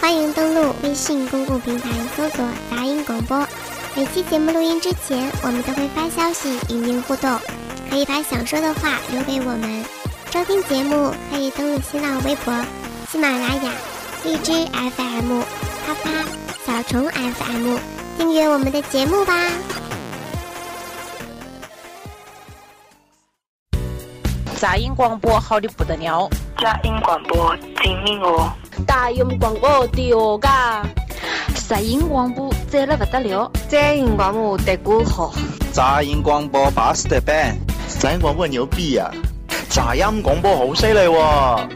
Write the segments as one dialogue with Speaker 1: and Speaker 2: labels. Speaker 1: 欢迎登录微信公共平台搜索“杂音广播”。每期节目录音之前，我们都会发消息与您互动，可以把想说的话留给我们。收听节目可以登录新浪微博、喜马拉雅、荔枝 FM、啪啪、小虫 FM，订阅我们的节目吧。
Speaker 2: 杂音广播好的不得了，
Speaker 3: 佳音广播，精明哦！
Speaker 4: 大音广播的哦嘎，
Speaker 5: 杂音广播赞了不得了，
Speaker 6: 杂音广播的歌好，
Speaker 7: 杂音广播巴适的板，
Speaker 8: 杂音广播牛逼啊！
Speaker 9: 杂音广播好犀利喎！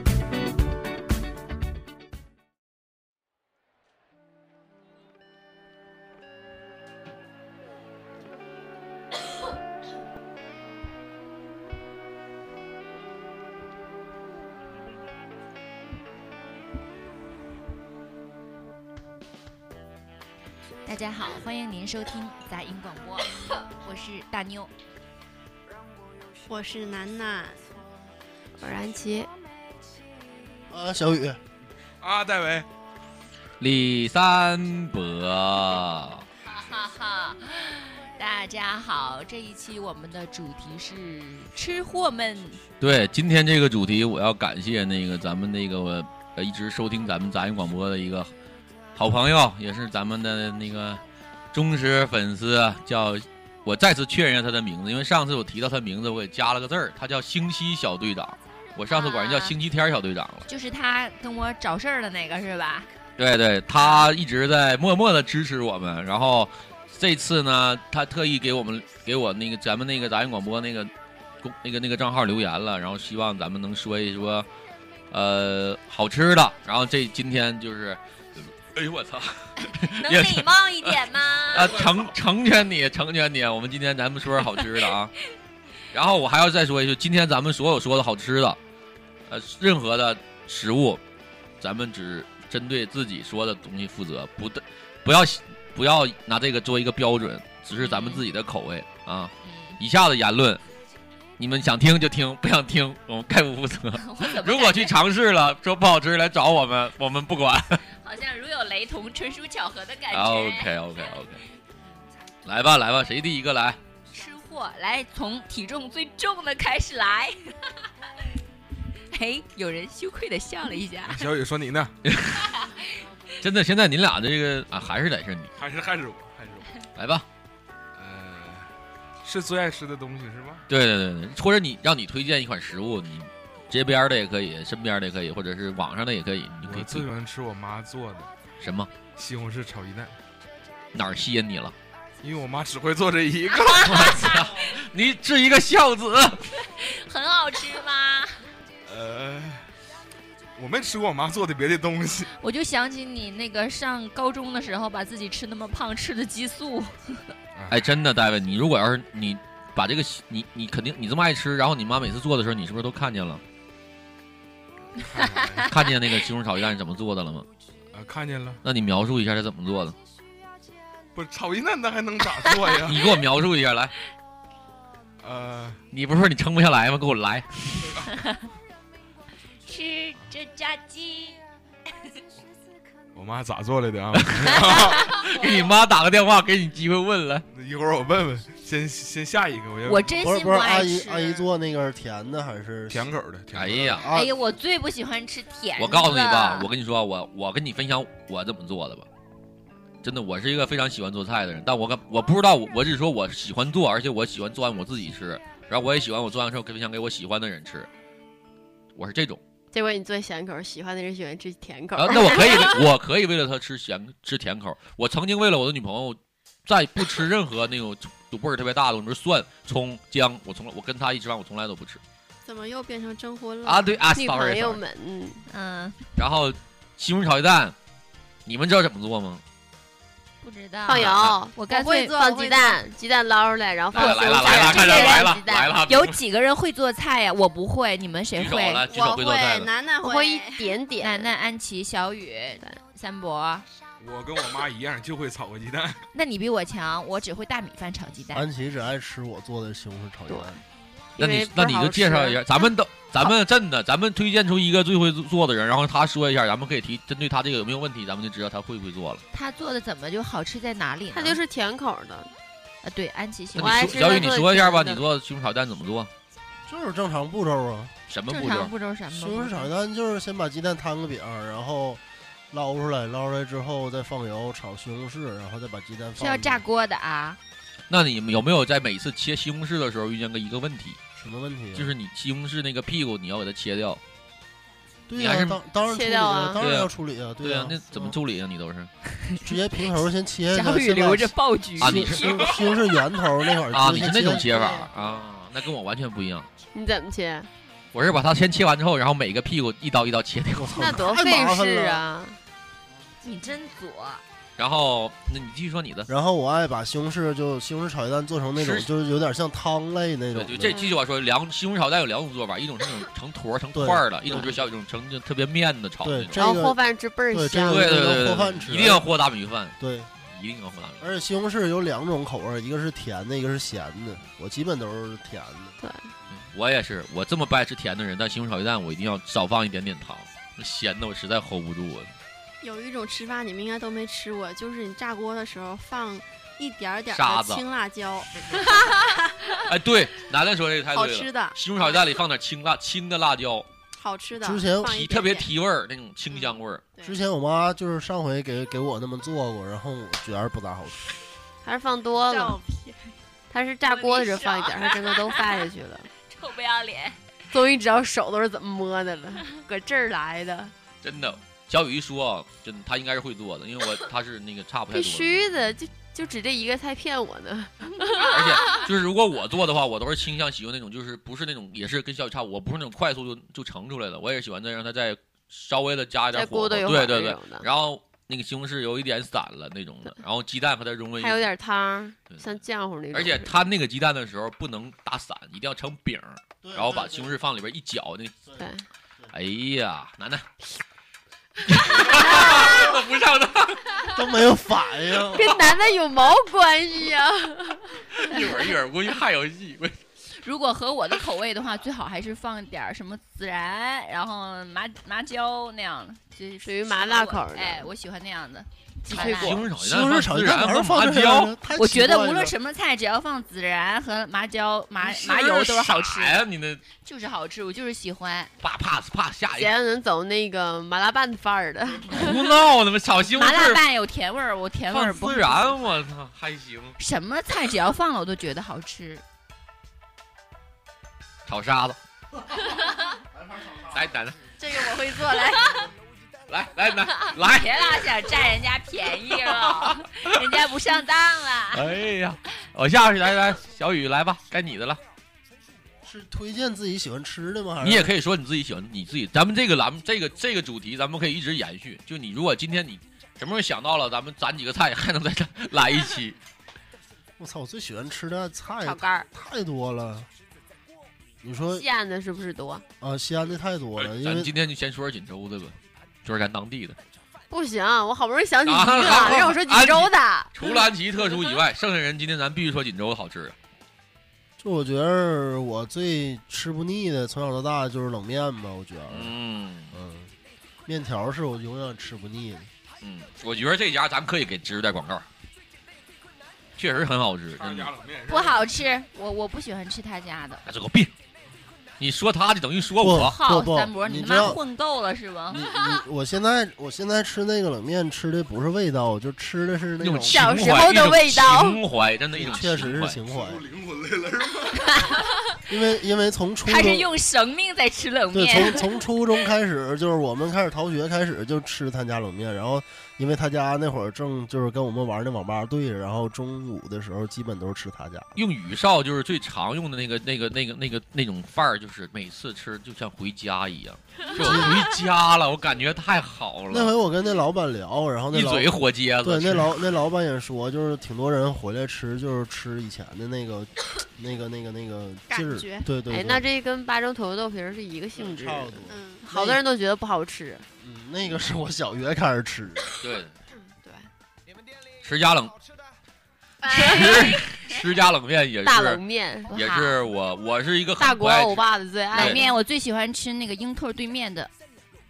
Speaker 10: 大家好，欢迎您收听杂音广播，我是大妞，
Speaker 11: 我是楠楠，
Speaker 12: 我是安琪，
Speaker 13: 啊，小雨，
Speaker 14: 啊，戴维，
Speaker 15: 李三伯。
Speaker 10: 哈哈，大家好，这一期我们的主题是吃货们。
Speaker 15: 对，今天这个主题，我要感谢那个咱们那个呃一直收听咱们杂音广播的一个好朋友，也是咱们的那个忠实粉丝，叫我再次确认一下他的名字，因为上次我提到他名字，我给加了个字儿，他叫星期小队长，我上次管人叫星期天小队长了。
Speaker 10: 就是他跟我找事儿的那个是吧？
Speaker 15: 对对，他一直在默默的支持我们，然后这次呢，他特意给我们给我那个咱们那个杂音广播那个公那个那个账号留言了，然后希望咱们能说一说，呃，好吃的。然后这今天就是，哎呦我操，
Speaker 10: 能礼貌一点吗？
Speaker 15: 啊，成成全你，成全你。我们今天咱们说说好吃的啊，然后我还要再说一句，今天咱们所有说的好吃的，呃，任何的食物，咱们只针对自己说的东西负责，不对，不要不要拿这个做一个标准，只是咱们自己的口味啊。
Speaker 10: 嗯，
Speaker 15: 以下的言论，你们想听就听，不想听我们概不负责。
Speaker 10: 我怎么
Speaker 15: 如果
Speaker 10: 感觉
Speaker 15: 去尝试了，说不好吃来找我们，我们不管。
Speaker 10: 好像如有雷同，纯属巧合的感觉。
Speaker 15: OK OK OK，来吧来吧，谁第一个来？
Speaker 10: 吃货来从体重最重的开始来。 哎，有人羞愧的笑了一 下。
Speaker 14: 小雨说你呢，
Speaker 15: 真的，现在你俩这个啊，还是得是你
Speaker 14: 还是还是我，还是我，
Speaker 15: 来吧。
Speaker 14: 呃，是最爱吃的东西是吗？
Speaker 15: 对对对对，或者你让你推荐一款食物，你街边儿的也可以，身边儿的也可以，或者是网上的也可以，你可
Speaker 14: 我
Speaker 15: 以
Speaker 14: 最喜
Speaker 15: 推
Speaker 14: 欢吃我妈做的
Speaker 15: 什么？
Speaker 14: 西红柿炒鸡蛋，
Speaker 15: 哪儿吸引你了？
Speaker 14: 因为我妈只会做这一个。
Speaker 15: 我操，你是一个孝子。啊
Speaker 10: 很好吃吗？
Speaker 14: 呃，我没吃过我妈做的别的东西，
Speaker 10: 我就想起你那个上高中的时候，把自己吃那么胖，吃的激素。
Speaker 15: 哎，真的，大卫，你如果要是你把这个西你你肯定你这么爱吃，然后你妈每次做的时候，你是不是都看见了？
Speaker 14: 看见了
Speaker 15: 看见那个西红柿炒鸡蛋是怎么做的了吗？
Speaker 14: 呃，看见了，
Speaker 15: 那你描述一下是怎么做的？
Speaker 14: 不是炒鸡蛋，那还能咋做呀？
Speaker 15: 你给我描述一下来。
Speaker 14: 呃，
Speaker 15: 你不是说你撑不下来吗？给我来。
Speaker 10: 吃这炸鸡，
Speaker 14: 我妈咋做来的啊？
Speaker 15: 给你妈打个电话，给你机会问来。
Speaker 14: 一会儿我问问，先先下一个，我要
Speaker 10: 我真
Speaker 13: 不是
Speaker 10: 心
Speaker 13: 不是，阿
Speaker 10: 爱
Speaker 13: 姨
Speaker 10: 吃。
Speaker 13: 阿姨做那个是甜的还是
Speaker 14: 甜口的。甜口的
Speaker 15: 哎呀，
Speaker 13: 啊
Speaker 10: 哎呀，我最不喜欢吃甜的。
Speaker 15: 我告诉你吧，我跟你说，我我跟你分享我怎么做的吧。真的，我是一个非常喜欢做菜的人，但我敢我不知道，我我只是说我喜欢做，而且我喜欢做完我自己吃，然后我也喜欢我做完之后分享给我喜欢的人吃。我是这种，
Speaker 12: 结果你做咸口，喜欢的人喜欢吃甜口
Speaker 15: 然。后那我可以，我可以为了他吃咸吃甜口。我曾经为了我的女朋友，在不吃任何那种赌味儿特别大的，比如蒜、葱、姜，我从来我跟她一起吃饭，我从来都不吃
Speaker 12: 怎么又变成征婚了？
Speaker 15: 啊。对啊
Speaker 12: 嗯女
Speaker 15: ，sorry，
Speaker 12: 朋
Speaker 15: sorry
Speaker 12: 友们，嗯，
Speaker 10: 嗯，
Speaker 15: 然后西红柿炒鸡蛋，你们知道怎么做吗？
Speaker 10: 不知道。
Speaker 12: 放
Speaker 15: 啊
Speaker 12: 油，
Speaker 10: 我干脆
Speaker 12: 会做放鸡蛋，鸡蛋捞出来，然后放
Speaker 15: 来
Speaker 10: 啊
Speaker 15: 了
Speaker 12: 西
Speaker 15: 来
Speaker 12: 红
Speaker 15: 了
Speaker 12: 柿
Speaker 15: 来了，
Speaker 12: 这
Speaker 15: 看
Speaker 12: 个
Speaker 15: 着来
Speaker 12: 人
Speaker 15: 了
Speaker 12: 鸡蛋
Speaker 15: 来了，
Speaker 10: 有几个人会做菜呀？我不会，你们谁
Speaker 15: 举手
Speaker 10: 会？
Speaker 15: 来，举手
Speaker 11: 我
Speaker 15: 会做菜的。
Speaker 11: 楠楠
Speaker 12: 我会一点点。
Speaker 10: 楠楠、安琪、小雨、三博，
Speaker 14: 我跟我妈一样，就会炒个鸡 蛋。
Speaker 10: 那你比我强，我只会大米饭炒鸡蛋。
Speaker 13: 安琪只爱吃我做的西红柿炒鸡蛋，
Speaker 15: 那
Speaker 12: 因为
Speaker 15: 你
Speaker 12: 不
Speaker 15: 那
Speaker 12: 是
Speaker 15: 你
Speaker 12: 好
Speaker 15: 就介绍
Speaker 12: 吃
Speaker 15: 一下，咱们都咱们真的，咱们推荐出一个最会做的人，然后他说一下，咱们可以提针对他这个有没有问题，咱们就知道他会不会做了。
Speaker 10: 他做的怎么就好吃在哪里呢？
Speaker 12: 它就是甜口的，
Speaker 10: 啊，对，安琪喜
Speaker 15: 那
Speaker 10: 欢。
Speaker 15: 你说，小雨，你说一下吧，
Speaker 12: 甜的
Speaker 15: 你做西红柿炒蛋怎么做？
Speaker 13: 就是正常步骤啊。
Speaker 15: 什么步骤？
Speaker 10: 步骤什么
Speaker 13: 西
Speaker 10: 步
Speaker 13: 红
Speaker 10: 骤
Speaker 13: 柿炒蛋就是先把鸡蛋摊个饼儿，然后捞出来，捞出来之后再放油炒西红柿，然后再把鸡蛋
Speaker 10: 是
Speaker 13: 放。
Speaker 10: 要炸锅的啊。
Speaker 15: 那你们有没有在每次切西红柿的时候遇见过一个问题？
Speaker 13: 什么问题啊
Speaker 15: 就是你西红柿那个屁股你要给它切掉。
Speaker 13: 对
Speaker 15: 你还
Speaker 13: 呀、
Speaker 15: 是
Speaker 13: 当当然处
Speaker 12: 切
Speaker 13: 理
Speaker 12: 掉
Speaker 13: 啊
Speaker 12: 啊，
Speaker 13: 当然
Speaker 15: 对啊
Speaker 13: 要处理啊，
Speaker 15: 对
Speaker 13: 呀、
Speaker 15: 那怎么处理啊？你都是
Speaker 13: 直接平头先切开，
Speaker 12: 小雨
Speaker 13: 先把
Speaker 12: 留着爆
Speaker 13: 嗯
Speaker 12: 菊
Speaker 15: 啊你是
Speaker 13: 西红西红柿圆头那会儿
Speaker 15: 啊，
Speaker 13: 直
Speaker 15: 你
Speaker 13: 接
Speaker 15: 是那种
Speaker 13: 切
Speaker 15: 切法啊，那跟我完全不一样。
Speaker 12: 你怎么切？
Speaker 15: 我是把它先切完之后，然后每个屁股一刀一刀切掉。
Speaker 12: 那多
Speaker 13: 哎
Speaker 12: 费事啊！
Speaker 10: 你真左，
Speaker 15: 然后，那你继续说你的。
Speaker 13: 然后我爱把西红柿就西红柿炒鸡蛋做成那种
Speaker 15: 是
Speaker 13: 就是有点像汤类那种
Speaker 15: 就
Speaker 13: 的，
Speaker 15: 这继续我说，两西红柿炒蛋有两种做法，一种是那种成坨儿成
Speaker 13: 对
Speaker 15: 块儿的，一种
Speaker 13: 对
Speaker 15: 就是小一种成就特别面的炒那
Speaker 13: 对
Speaker 15: 种。
Speaker 13: 这
Speaker 12: 然后和
Speaker 13: 个
Speaker 12: 饭吃倍儿
Speaker 13: 对这
Speaker 12: 香
Speaker 13: 个
Speaker 15: 对对
Speaker 13: 能
Speaker 15: 对
Speaker 13: 和
Speaker 15: 对
Speaker 13: 饭吃
Speaker 15: 对，一定要和大米饭，
Speaker 13: 对。
Speaker 15: 一定要和大米饭。
Speaker 13: 而且西红柿有两种口味儿，一个是甜的，一个是咸的。我基本都是甜的。
Speaker 12: 对，
Speaker 15: 嗯我也是，我这么不爱吃甜的人，但西红柿炒鸡蛋我一定要少放一点点糖，那咸的我实在 hold 不住啊。
Speaker 11: 有一种吃法你们应该都没吃过，就是你炸锅的时候放一点儿点
Speaker 15: 沙
Speaker 11: 儿
Speaker 15: 子
Speaker 11: 的青辣椒，
Speaker 15: 哎，对，楠楠说这个太对
Speaker 11: 好
Speaker 15: 了。
Speaker 11: 吃的
Speaker 15: 西红柿炒鸡蛋里放点青辣青的辣椒，
Speaker 11: 好吃的。
Speaker 13: 之前
Speaker 11: 放一
Speaker 15: 提
Speaker 11: 点
Speaker 15: 特别
Speaker 11: 点
Speaker 15: 提味儿，那种清香味儿。
Speaker 12: 嗯
Speaker 13: 之前我妈就是上回给给我那么做过，然后我觉得不咋好吃。
Speaker 12: 还是放多了。它是炸锅的时候放一 点，它真的都放下去了。
Speaker 10: 臭不要脸！
Speaker 12: 终于知道手都是怎么摸的了， 搁这儿来的，
Speaker 15: 真的，小雨一说啊，真的他应该是会做的，因 为我他是那个差不太
Speaker 12: 必
Speaker 15: 多。
Speaker 12: 须的，就就指这一个菜骗我呢。
Speaker 15: 就是如果我做的话，我都是倾向喜欢那种，就是不是那种也是跟小雨差不多，我不是那种快速就就盛出来的，我也是喜欢再让它再稍微的加一点
Speaker 12: 再咕
Speaker 15: 火候，
Speaker 12: 嘟一会
Speaker 15: 对
Speaker 12: 儿
Speaker 15: 对
Speaker 12: 那
Speaker 15: 对
Speaker 12: 种的，
Speaker 15: 然后那个西红柿有一点散了那种的，然后鸡蛋和它融为一
Speaker 12: 还有
Speaker 15: 体。
Speaker 12: 点汤，像浆糊那种。
Speaker 15: 而且它那个鸡蛋的时候不能打散，一定要成饼儿，
Speaker 13: 对
Speaker 15: 然后
Speaker 13: 对
Speaker 15: 把
Speaker 13: 对
Speaker 15: 西红柿放里边一搅，那
Speaker 12: 对，
Speaker 15: 哎呀，楠 楠，都不上当，
Speaker 13: 都没有反应。
Speaker 12: 跟楠楠有毛关系啊 呀、
Speaker 15: 一会儿一会儿估计还有戏。我
Speaker 10: 如果合我的口味的话，最好还是放点儿什么孜然，然后麻麻椒那样的，就是属于
Speaker 12: 麻辣口儿的
Speaker 10: 哎，我喜欢那样的。
Speaker 12: 鸡
Speaker 10: 麻
Speaker 12: 腿
Speaker 10: 辣
Speaker 12: 骨
Speaker 15: 西红柿
Speaker 13: 哎西红柿炒
Speaker 15: 炒
Speaker 13: 鸡
Speaker 15: 鸡
Speaker 13: 蛋
Speaker 15: 蛋
Speaker 13: 哪儿
Speaker 15: 放
Speaker 13: 放
Speaker 15: 孜
Speaker 13: 这
Speaker 15: 然和
Speaker 13: 玩意
Speaker 15: 麻
Speaker 13: 儿太
Speaker 15: 椒，
Speaker 10: 我觉
Speaker 13: 奇
Speaker 10: 得
Speaker 13: 怪
Speaker 10: 无
Speaker 13: 了
Speaker 10: 论什么菜，只要放孜然和麻椒、麻
Speaker 15: 是
Speaker 10: 麻油都是好吃，
Speaker 15: 傻呀！你那
Speaker 10: 就是好吃，我就是喜欢。
Speaker 15: 啪啪啪下
Speaker 12: 谁
Speaker 15: 一个
Speaker 12: 让人走那个麻辣拌范儿的？
Speaker 15: 胡闹呢嘛，小西红
Speaker 10: 麻辣
Speaker 15: 柿
Speaker 10: 拌有甜味儿，我甜味
Speaker 15: 放
Speaker 10: 儿不
Speaker 15: 孜
Speaker 10: 会
Speaker 15: 然，我操，还行。
Speaker 10: 什么菜只要放了我都觉得好 吃。
Speaker 15: 炒 沙子，来楠楠，
Speaker 12: 这个我会做 来。
Speaker 15: 来来楠来，
Speaker 10: 别老想占人家便宜了， 人家不上当 了。
Speaker 15: 哎呀，我下去，来来，小雨来吧，该你的了。
Speaker 13: 是推荐自己喜欢吃的吗？还是
Speaker 15: 你也可以说你自己喜欢你自己，咱们这个栏目这个这个主题，咱们可以一直延续。就你如果今天你什么时候想到了，咱们攒几个菜，还能再来一 期。
Speaker 13: 我操，我最喜欢吃的
Speaker 10: 哎
Speaker 13: 菜
Speaker 12: 炒肝儿
Speaker 13: 太多了。你 说
Speaker 12: 西安的是不是多？
Speaker 13: 啊，西安的太多了，因
Speaker 15: 咱
Speaker 13: 为
Speaker 15: 今天就先说说锦州的吧，就是咱当地的。
Speaker 12: 不行，我好不容易想起一
Speaker 15: 啊
Speaker 12: 个，
Speaker 15: 好好
Speaker 12: 让我说锦州的。
Speaker 15: 除了安琪特殊以外，剩下人今天咱必须说锦州好吃啊的。
Speaker 13: 就我觉得我最吃不腻的，从小到大就是冷面吧。我觉得，
Speaker 15: 嗯
Speaker 13: 嗯，面条是我永远吃不腻的。
Speaker 15: 嗯，我觉得这家咱可以给植入点广告，确实很好吃，真的。
Speaker 10: 不好吃，我我不喜欢吃他家的。
Speaker 15: 那哎是个病，你说他就等于说我。
Speaker 10: 好
Speaker 13: 不不
Speaker 10: 三伯，你
Speaker 13: 你
Speaker 10: 妈
Speaker 13: 知道
Speaker 10: 混够了是吧？
Speaker 13: 你我现在我现在吃那个冷面，吃的不是味道，我就吃的是那
Speaker 15: 那种情
Speaker 12: 小
Speaker 15: 怀，
Speaker 12: 时候的味道
Speaker 15: 一种情怀真的一种
Speaker 13: 确实是
Speaker 15: 情
Speaker 13: 情怀，
Speaker 14: 灵魂累了是吧？
Speaker 13: 因为因为从初
Speaker 10: 他是
Speaker 13: 中
Speaker 10: 用生命在吃冷
Speaker 13: 对
Speaker 10: 面
Speaker 13: 从。从初中开始，呃就是我们开始逃学开始就吃他家冷面，然后因为他家那会儿正就是跟我们玩那网吧对着，然后中午的时候基本都是吃他家。
Speaker 15: 用语少就是最常用的那个、那个、那个、那个、那种范儿，就是每次吃就像回家一样，就我回家了，我感觉太好
Speaker 13: 那
Speaker 15: 了，
Speaker 13: 回我跟那老板聊，然后那
Speaker 15: 一
Speaker 13: 老
Speaker 15: 嘴火疖
Speaker 13: 对，那
Speaker 15: 子。是
Speaker 13: 老那老板也说，就是挺多人回来吃，就是吃以前的那 个、那个、那个、那个劲儿
Speaker 11: 感觉。
Speaker 13: 对对对，
Speaker 12: 哎，那这跟巴州土豆豆皮儿是一个性质的，
Speaker 13: 差不多。
Speaker 11: 嗯，
Speaker 12: 好多人都觉得不好吃。
Speaker 13: 嗯，那个是我小学开始吃的，
Speaker 15: 对
Speaker 12: 对，
Speaker 15: 吃家冷，吃吃家冷面也是
Speaker 12: 大冷面，
Speaker 15: 也嗯哎是哎我我是一个
Speaker 12: 大
Speaker 15: 国
Speaker 12: 国欧巴的最爱。
Speaker 10: 冷面我最喜欢吃那个英特尔对面的，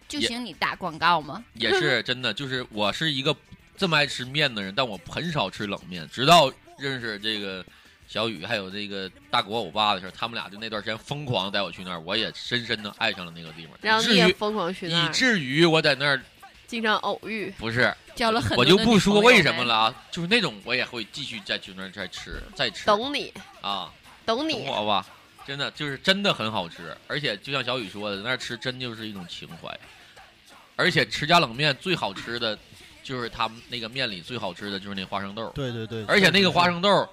Speaker 10: 就
Speaker 15: 也
Speaker 10: 行，你打广告吗？
Speaker 15: 也 是真的，就是我是一个这么爱吃面的人，但我很少吃冷面，直到认识这个小雨还有这个大国欧巴的时候，他们俩就那段时间疯狂地带我去那儿，我也深深的爱上了那个地方，
Speaker 12: 然后
Speaker 15: 以
Speaker 12: 你
Speaker 15: 至
Speaker 12: 也
Speaker 15: 于
Speaker 12: 疯狂去那
Speaker 15: 以
Speaker 12: 儿，
Speaker 15: 至于我在那儿
Speaker 12: 经常偶遇，
Speaker 15: 不是
Speaker 12: 交了很多
Speaker 15: 我
Speaker 12: 的
Speaker 15: 就不
Speaker 12: 女
Speaker 15: 说
Speaker 12: 朋友
Speaker 15: 为什
Speaker 12: 呗
Speaker 15: 么了啊，就是那种我也会继续再去那儿再吃再吃
Speaker 12: 懂你，
Speaker 15: 啊，
Speaker 12: 懂
Speaker 15: 懂
Speaker 12: 你，
Speaker 15: 我吧？真的就是真的很好吃，而且就像小雨说的，在那儿吃真就是一种情怀。而且吃家冷面最好吃的，就是他们那个面里最好吃的就是那花生豆儿，
Speaker 13: 对对对，
Speaker 15: 而且那个花生豆儿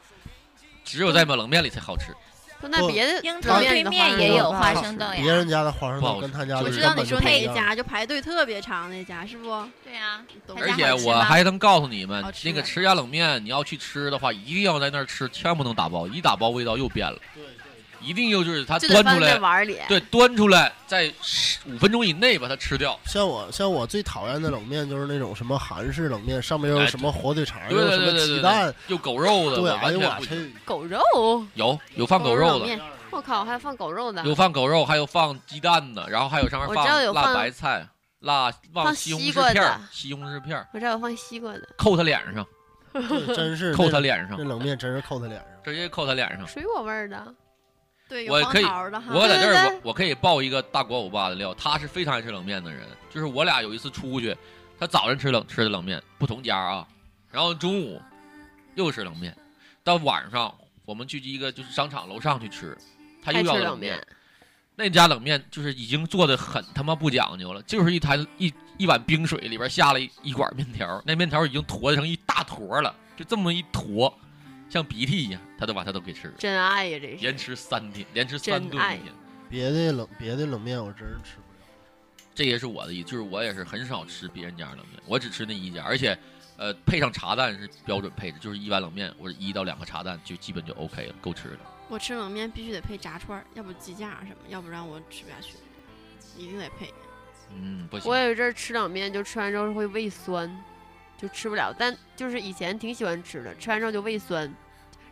Speaker 15: 只有在冷面里才好吃。
Speaker 12: 不那别的
Speaker 10: 英
Speaker 12: 冷
Speaker 10: 特对
Speaker 12: 的话
Speaker 10: 面
Speaker 12: 是
Speaker 10: 也
Speaker 12: 吧
Speaker 10: 有花生豆呀。
Speaker 13: 别人家的花生
Speaker 15: 不
Speaker 13: 豆
Speaker 15: 好
Speaker 13: 跟
Speaker 15: 吃
Speaker 13: 他家
Speaker 11: 我
Speaker 13: 的
Speaker 11: 知
Speaker 13: 根
Speaker 11: 道
Speaker 13: 本
Speaker 11: 你
Speaker 13: 就
Speaker 11: 说
Speaker 13: 不
Speaker 11: 那
Speaker 13: 一
Speaker 11: 一
Speaker 13: 样。
Speaker 11: 家就排队特别长那家是不？
Speaker 10: 对呀，
Speaker 11: 懂
Speaker 10: 他
Speaker 15: 而
Speaker 10: 家
Speaker 15: 且
Speaker 10: 好吃
Speaker 15: 我
Speaker 10: 吗
Speaker 15: 还能告诉你们
Speaker 10: 好，吃
Speaker 15: 那个
Speaker 10: 吗
Speaker 15: 吃家冷面，你要去吃的话，一定要在那儿吃，千万不能打包，一打包味道又变了。一定又就是它
Speaker 12: 就
Speaker 15: 端
Speaker 12: 得
Speaker 15: 出
Speaker 12: 放
Speaker 15: 来
Speaker 12: 在，碗儿里。
Speaker 15: 对，端出来在十五分钟以内把它吃掉。
Speaker 13: 像我像我最讨厌的冷面就是那种什么韩式冷面，上面又有
Speaker 15: 哎
Speaker 13: 什么火腿肠，
Speaker 15: 对
Speaker 13: 又有
Speaker 15: 对
Speaker 13: 什
Speaker 15: 对
Speaker 13: 么
Speaker 15: 对
Speaker 13: 鸡
Speaker 15: 对
Speaker 13: 蛋
Speaker 15: 对，，又狗肉的，
Speaker 13: 对
Speaker 15: 我
Speaker 13: 哎
Speaker 15: 完
Speaker 13: 呦
Speaker 15: 全
Speaker 13: 我
Speaker 15: 不
Speaker 13: 去
Speaker 15: 行。
Speaker 12: 狗肉，
Speaker 15: 有有放狗肉
Speaker 12: 肉
Speaker 15: 的，
Speaker 12: 面，我靠，还有放狗肉的，
Speaker 15: 有放狗肉，还有放鸡蛋的，然后还有上面
Speaker 12: 我知道有
Speaker 15: 辣
Speaker 12: 放
Speaker 15: 白菜、辣
Speaker 12: 放
Speaker 15: 西红
Speaker 12: 西
Speaker 15: 柿
Speaker 12: 瓜
Speaker 15: 片儿
Speaker 12: 的、
Speaker 15: 西红柿片儿，
Speaker 12: 我这有放西瓜的，
Speaker 15: 扣他脸上，
Speaker 13: 对真是
Speaker 15: 扣
Speaker 13: 那
Speaker 15: 他
Speaker 13: 种
Speaker 15: 脸上
Speaker 13: 那冷面真是扣他脸上。
Speaker 15: 直接扣他脸上。
Speaker 12: 水果味儿的，
Speaker 11: 对，有
Speaker 15: 我
Speaker 11: 黄
Speaker 15: 可以
Speaker 11: 桃的，哈。
Speaker 15: 我在这
Speaker 12: 对
Speaker 15: 儿，
Speaker 12: 对
Speaker 15: 我我可以爆一个大国欧巴的料，他是非常爱吃冷面的人。就是我俩有一次出去，他早上吃冷吃的冷面，不同家啊，然后中午又吃冷面，到晚上我们去一个就是商场楼上去吃，他又
Speaker 12: 还
Speaker 15: 要
Speaker 12: 吃
Speaker 15: 冷
Speaker 12: 冷
Speaker 15: 面
Speaker 12: 面。，
Speaker 15: 那家冷面就是已经做的很他妈不讲究了，就是一坛一一碗冰水里边下了一一管面条，那面条已经坨成一大坨了，就这么一坨，像鼻涕一样，他都把它都给吃了，
Speaker 12: 真爱呀，这是
Speaker 15: 连吃三天，连吃三
Speaker 12: 真
Speaker 15: 顿
Speaker 12: 爱
Speaker 15: 一天。
Speaker 13: 别的冷别的冷面我真是吃不了。
Speaker 15: 这也是我的意，就是我也是很少吃别人家冷面，我只吃那一家，而且，呃，配上茶蛋是标准配置，就是一碗冷面我是一到两个茶蛋就基本就 OK 了，够吃了。
Speaker 11: 我吃冷面必须得配炸串儿，要不鸡架什么，要不然我吃不下去，一定得配。
Speaker 15: 嗯，不行
Speaker 12: 我，有一阵儿吃冷面，就吃完之后会胃酸，就吃不了。但就是以前挺喜欢吃的，吃完之后就胃酸，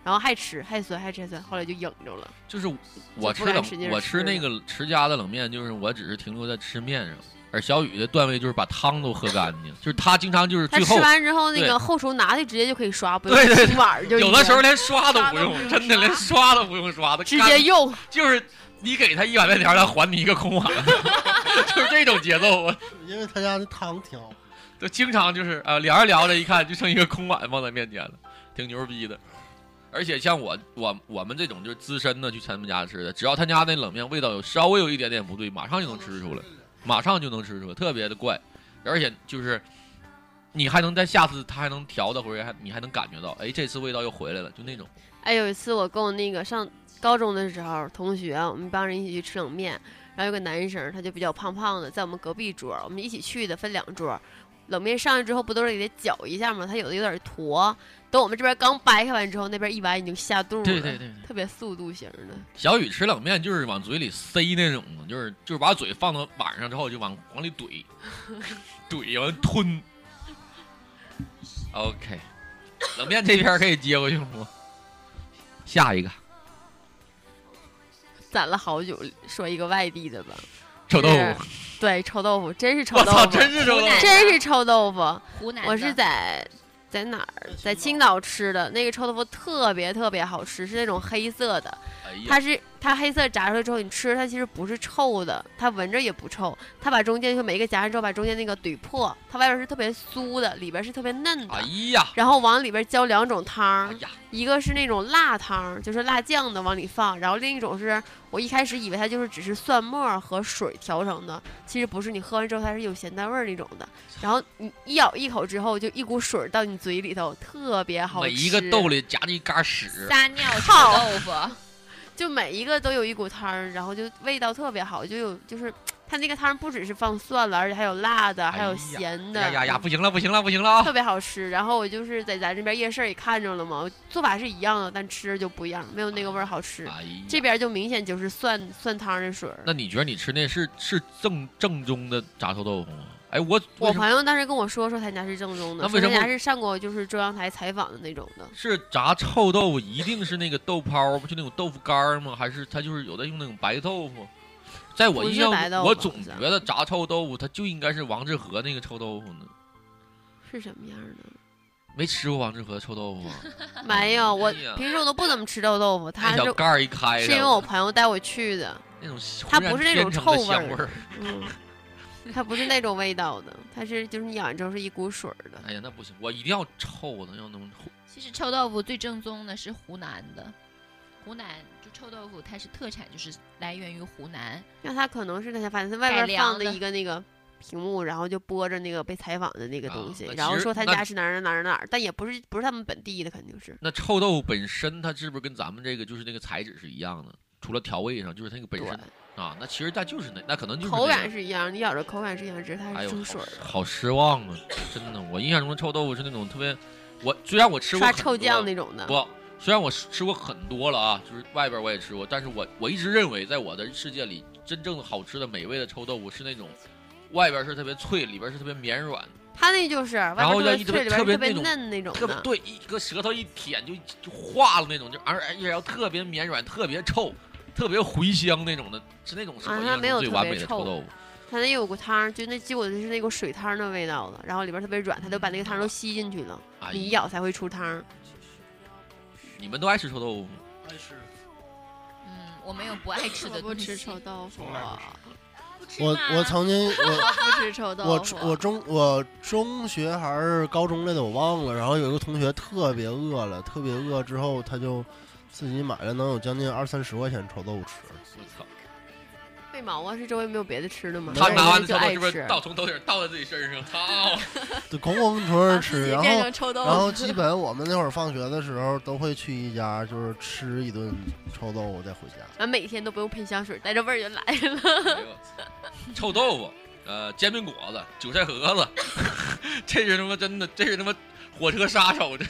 Speaker 12: 然后还吃，还酸，还吃，还酸，后来就忍着了。
Speaker 15: 就是我吃
Speaker 12: 就不
Speaker 15: 冷
Speaker 12: 敢使劲，儿
Speaker 15: 我吃
Speaker 12: 吃
Speaker 15: 那个持家的冷面，就是我只是停留在吃面上，而小雨的段位就是把汤都喝干 净，就是他经常就是
Speaker 12: 他
Speaker 15: 最
Speaker 12: 吃
Speaker 15: 后，
Speaker 12: 完之后，那
Speaker 15: 对
Speaker 12: 个后厨拿的直接就可以刷，不用
Speaker 15: 对对
Speaker 12: 洗碗儿就
Speaker 15: 有
Speaker 12: 已
Speaker 15: 的
Speaker 12: 经
Speaker 15: 时候连刷都不
Speaker 11: 刷都不
Speaker 15: 用，
Speaker 11: 用
Speaker 15: 真的连刷都不用刷，他
Speaker 12: 直
Speaker 15: 干
Speaker 12: 接用，
Speaker 15: 就是你给他一碗面条，他还你一个空碗， 就是这种节奏。我
Speaker 13: 因为他家的汤挺好，
Speaker 15: 就经常就是呃聊着聊着，一看就剩一个空碗放在面前了，挺牛逼的。而且像我我我们这种就是资深的去他们家吃的，只要他家那冷面味道有稍微有一点点不对，马上就能吃出来，马上就能吃出来，特别的怪。而且就是你还能在下次他还能调的回来，还你还能感觉到，哎，这次味道又回来了，就那种。
Speaker 12: 哎，有一次我跟我那个上高中的时候，同学我们帮人一起去吃冷面，然后有个男生他就比较胖胖的，在我们隔壁桌，我们一起去的，分两桌。冷面上去之后不都是得搅一下吗？他有的有点坨，等我们这边刚掰开完之后，那边一完已经下肚了，
Speaker 15: 对对对对
Speaker 12: 特别速度型的。
Speaker 15: 小雨吃冷面就是往嘴里塞那种，就是就是把嘴放到碗上之后就往往里 怼，怼完吞。OK，冷面这边可以接过去不？下一个
Speaker 12: 攒了好久，说一个外地的吧，
Speaker 15: 臭豆
Speaker 12: 是
Speaker 15: 腐，
Speaker 12: 对，臭豆腐，真是臭
Speaker 15: 我
Speaker 12: 豆
Speaker 15: 操，
Speaker 12: 腐，
Speaker 15: 真是臭豆腐！
Speaker 12: 真是臭豆腐。
Speaker 10: 湖南的
Speaker 12: 我是在在哪儿，在青岛吃的那个臭豆腐特别特别好吃，是那种黑色的，
Speaker 15: 哎呀，
Speaker 12: 它是它黑色炸出来之后，你吃它其实不是臭的，它闻着也不臭，它把中间就每一个夹上之后，把中间那个怼破，它外边是特别酥的，里边是特别嫩的，
Speaker 15: 哎呀，
Speaker 12: 然后往里边浇两种汤
Speaker 15: 哎
Speaker 12: 儿，
Speaker 15: 呀，
Speaker 12: 一个是那种辣汤，就是辣酱的往里放，然后另一种是我一开始以为它就是只是蒜末儿和水调成的，其实不是，你喝完之后它是有咸淡味儿那种的。然后你一咬一口之后，就一股水儿到你嘴里头，特别好吃。
Speaker 15: 每一个豆里夹着一嘎屎，
Speaker 10: 撒尿臭
Speaker 12: 靠
Speaker 10: 豆腐，
Speaker 12: 就每一个都有一股汤儿，然后就味道特别好，就有就是它那个汤儿不只是放蒜了，而且还有辣的，还
Speaker 15: 哎
Speaker 12: 有
Speaker 15: 呀
Speaker 12: 咸的。
Speaker 15: 呀呀呀，不行了，不行了，不行了啊
Speaker 12: 特！别好吃。然后我就是在咱这边夜市也看着了嘛，做法是一样的，但吃着就不一样，没有那个味儿好吃。
Speaker 15: 哎呀，
Speaker 12: 这边就明显就是蒜蒜汤的水儿，
Speaker 15: 那你觉得你吃那是是正正宗的炸臭豆腐吗？哎，我
Speaker 12: 我朋友当时跟我说说他家是正宗的，
Speaker 15: 那为什
Speaker 12: 说
Speaker 15: 么
Speaker 12: 他家是上过就是中央台采访的那种的，
Speaker 15: 是炸臭豆腐一定是那个豆泡吗？就那种豆腐干儿吗？还是它就是有的用那种白豆腐？在我印象
Speaker 12: 不是白豆，腐
Speaker 15: 我总觉得炸臭豆腐它就应该是王致和那个臭豆腐呢。
Speaker 12: 是什么样 的？
Speaker 15: 没吃过王致和的臭豆腐啊，
Speaker 12: 没有，我
Speaker 15: 哎呀哎
Speaker 12: 平时我都不怎么吃臭豆腐， 他
Speaker 15: 那
Speaker 12: 是
Speaker 15: 小盖儿一开
Speaker 12: 是
Speaker 15: 开
Speaker 12: 因为我朋友带我去的，
Speaker 15: 那种
Speaker 12: 它不是那种臭
Speaker 15: 浑然天成的香味
Speaker 12: 儿
Speaker 15: 儿，
Speaker 12: 嗯， 它不是那种味道的，它是就是你咬完之后是一股水儿的。
Speaker 15: 哎呀，那不行，我一定要臭的，要能
Speaker 10: 其实臭豆腐最正宗的是湖南的，湖南就臭豆腐它是特产，就是来源于湖南。
Speaker 12: 那他可能是那些，反正是
Speaker 10: 改
Speaker 12: 外边
Speaker 10: 良
Speaker 12: 放的
Speaker 10: 的
Speaker 12: 一个那个屏幕，然后就播着那个被采访的那个东西，
Speaker 15: 啊那
Speaker 12: 然
Speaker 15: 其
Speaker 12: 后
Speaker 15: 实
Speaker 12: 说他
Speaker 15: 那
Speaker 12: 家是哪儿哪儿哪儿哪儿，但也不是不是他们本地的，肯定是。
Speaker 15: 那臭豆腐本身它是不是跟咱们这个就是那个材质是一样的？除了调味上，就是它那个本身啊，那其实它就是那那可能就是、那个、
Speaker 12: 口感是一样，你咬着口感是一样，只是它
Speaker 15: 哎
Speaker 12: 是出
Speaker 15: 呦
Speaker 12: 水儿的。
Speaker 15: 好失望啊！真的，我印象中的臭豆腐是那种特别，我虽然我吃过
Speaker 12: 刷
Speaker 15: 很多
Speaker 12: 臭酱那种的
Speaker 15: 不，虽然我吃过很多了啊，就是外边我也吃过，但是我我一直认为，在我的世界里，真正好吃的美味的臭豆腐是那种外边是特别脆，里边是特别绵软，
Speaker 12: 它那就是外
Speaker 15: 然后要
Speaker 12: 边
Speaker 15: 一
Speaker 12: 特别脆，里边
Speaker 15: 特
Speaker 12: 儿
Speaker 15: 别
Speaker 12: 特别
Speaker 15: 那种
Speaker 12: 嫩那种
Speaker 15: 特别
Speaker 12: 的。
Speaker 15: 对，一个舌头一舔就就化了那种，就而而且要特别绵软、特别臭、特别茴香那种的，是那种是我
Speaker 12: 啊，
Speaker 15: 印
Speaker 12: 它
Speaker 15: 象
Speaker 12: 没
Speaker 15: 中
Speaker 12: 有
Speaker 15: 最
Speaker 12: 特
Speaker 15: 完美
Speaker 12: 别
Speaker 15: 的臭
Speaker 12: 臭
Speaker 15: 豆腐。，
Speaker 12: 它那有股汤儿，就那结果就是那股水汤儿的味道了，然后里边儿特别软，它都把那个汤儿都吸进去了，
Speaker 15: 哎
Speaker 12: 你一咬才会出汤儿。
Speaker 15: 你们都爱吃臭豆腐吗？
Speaker 13: 爱吃。
Speaker 10: 嗯，我没有不爱吃的
Speaker 11: 我不
Speaker 10: 东西
Speaker 11: 吃臭豆腐，
Speaker 13: 我我曾经我
Speaker 11: 不吃臭豆腐，
Speaker 13: 我初我中我中学还是高中来的我忘了，然后有一个同学特别饿了，特别饿之后他就自己买了能有将近二三十块钱臭豆腐吃。
Speaker 15: 我操！
Speaker 12: 被毛啊，是周围没有别的吃的吗？
Speaker 15: 他拿完
Speaker 12: 就
Speaker 15: 之后
Speaker 12: 爱
Speaker 15: 是不是
Speaker 12: 吃
Speaker 15: 倒从头顶倒在自己身上？操！
Speaker 13: 对，哐哐从那儿吃，然
Speaker 12: 变成
Speaker 13: 后
Speaker 12: 臭豆
Speaker 13: 然后
Speaker 12: 腐
Speaker 13: 基本我们那会儿放学的时候都会去一家，就是吃一顿臭豆腐再回家。
Speaker 12: 俺每天都不用喷香水，带着味儿就来 了。
Speaker 15: 臭豆腐，呃，煎饼果子，韭菜盒子， 这是他妈真的，这是他妈火车杀手，这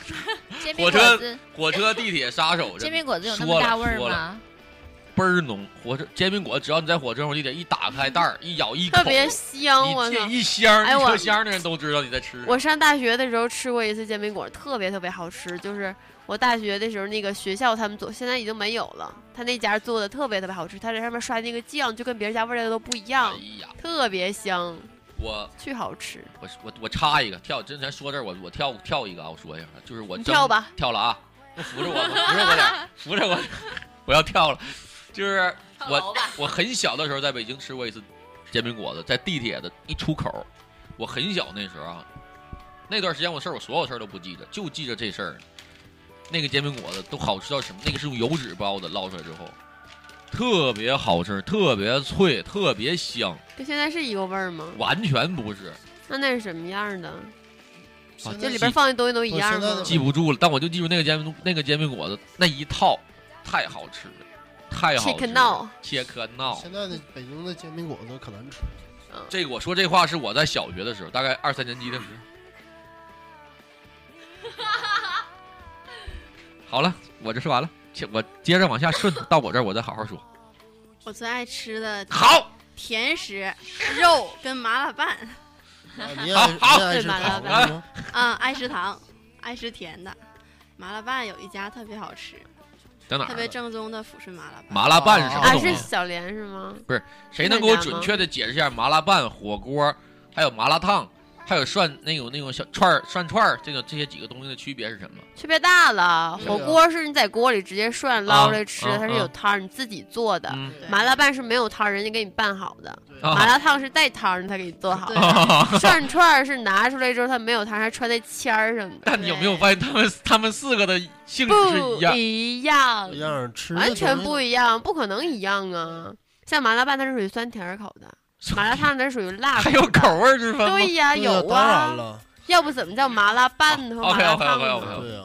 Speaker 10: 煎饼
Speaker 15: 火
Speaker 10: 果
Speaker 15: 车
Speaker 10: 子，
Speaker 15: 火车地铁杀手，
Speaker 10: 煎饼果子有那
Speaker 15: 说
Speaker 10: 么
Speaker 15: 了
Speaker 10: 大味儿
Speaker 15: 说了
Speaker 10: 吗？
Speaker 15: 倍儿浓，火车煎饼果子，只要你在火车上，你得一打开袋儿，一咬一口，
Speaker 12: 特别香，我
Speaker 15: 你这
Speaker 12: 操！
Speaker 15: 一箱
Speaker 12: 哎
Speaker 15: 一
Speaker 12: 我
Speaker 15: 车厢的人都知道你在吃。
Speaker 12: 我上大学的时候吃过一次煎饼果，特别特别好吃。就是我大学的时候，那个学校他们做，现在已经没有了。他那家做的特别特别好吃，他在上面刷那个酱，就跟别人家味道都不一样，
Speaker 13: 哎
Speaker 12: 特别香，
Speaker 15: 哎我
Speaker 12: 巨好吃。
Speaker 15: 我我我插一个跳，之前说这儿我我跳跳一个啊，我说一下，就是我
Speaker 12: 你
Speaker 15: 真
Speaker 12: 跳吧，
Speaker 15: 跳了啊，扶着我，扶着我点儿，扶着我，我要跳了，就是我我很小的时候在北京吃过一次煎饼果子，在地铁的一出口，我很小那时候啊，那段时间我事儿我所有事儿都不记得，就记着这事儿，那个煎饼果子都好吃到什么？那个是用油纸包的，烙出来之后特别好吃，特别脆，特别香，
Speaker 12: 跟现在是一个味儿吗？
Speaker 15: 完全不是。
Speaker 12: 那那是什么样的？
Speaker 15: 啊
Speaker 12: 就里边放的东西都一样吗？
Speaker 15: 记不住了，但我就记住那个煎饼那个煎饼果子那一套太好吃了，太好吃
Speaker 12: Chicken now
Speaker 15: 了。切克闹，
Speaker 13: 现在的北京的煎饼果子可难 吃，
Speaker 15: 这个我说这话是我在小学的时候，大概二三年级的时候。好了，我这说完了，切我接着往下顺，到我这儿我再好好说。
Speaker 11: 我最爱吃的
Speaker 15: 好
Speaker 11: 甜食、肉跟麻辣拌。
Speaker 13: 啊你也爱好好你也爱
Speaker 11: 对
Speaker 13: 吃
Speaker 11: 麻辣
Speaker 13: 糖
Speaker 11: 拌
Speaker 13: 吗
Speaker 11: 嗯，爱吃糖，爱吃甜的。麻辣拌有一家特别好吃，
Speaker 15: 在哪儿
Speaker 11: 特别正宗的抚顺麻
Speaker 13: 嗯
Speaker 11: 辣拌。
Speaker 15: 麻辣拌是什么
Speaker 12: 啊，
Speaker 15: 东西
Speaker 12: 是小莲是吗？
Speaker 15: 不是，谁能给我准确的解释一下麻辣拌、火锅，还有麻辣烫，还有涮那种那种小串儿、涮串儿这种这些几个东西的区别是什么？
Speaker 12: 区别大了。
Speaker 15: 对
Speaker 12: 火
Speaker 15: 啊
Speaker 12: 锅是你在锅里直接涮
Speaker 15: 啊
Speaker 12: 捞来吃，
Speaker 15: 啊
Speaker 12: 它是有
Speaker 15: 啊
Speaker 12: 汤儿，你自己做的
Speaker 15: 嗯。
Speaker 12: 麻辣拌是没有汤儿，人家给你拌好的。
Speaker 15: 啊
Speaker 12: 麻辣烫是带汤儿的，他给你做好
Speaker 15: 对
Speaker 12: 的。涮串儿是拿出来之后，它没有汤儿，还穿在签儿上 的。
Speaker 15: 但你有没有发现他们他们四个的性质是
Speaker 12: 不
Speaker 15: 一样？嗯
Speaker 12: 一样，
Speaker 13: 一样吃的
Speaker 12: 完全
Speaker 13: 东西
Speaker 12: 不一样，不可能一样啊！像麻辣拌它是属于酸甜儿口的，麻 辣烫它是属于辣口的。还有
Speaker 15: 口味之
Speaker 13: 分吗
Speaker 12: 对呀、
Speaker 13: 对呀
Speaker 12: 有
Speaker 13: 当然
Speaker 12: 啊。
Speaker 13: 了，
Speaker 12: 要不怎么叫麻辣拌和麻
Speaker 15: OK
Speaker 12: 辣
Speaker 15: OK
Speaker 12: 烫
Speaker 15: OK
Speaker 12: 呢？
Speaker 15: OK。
Speaker 13: 对呀，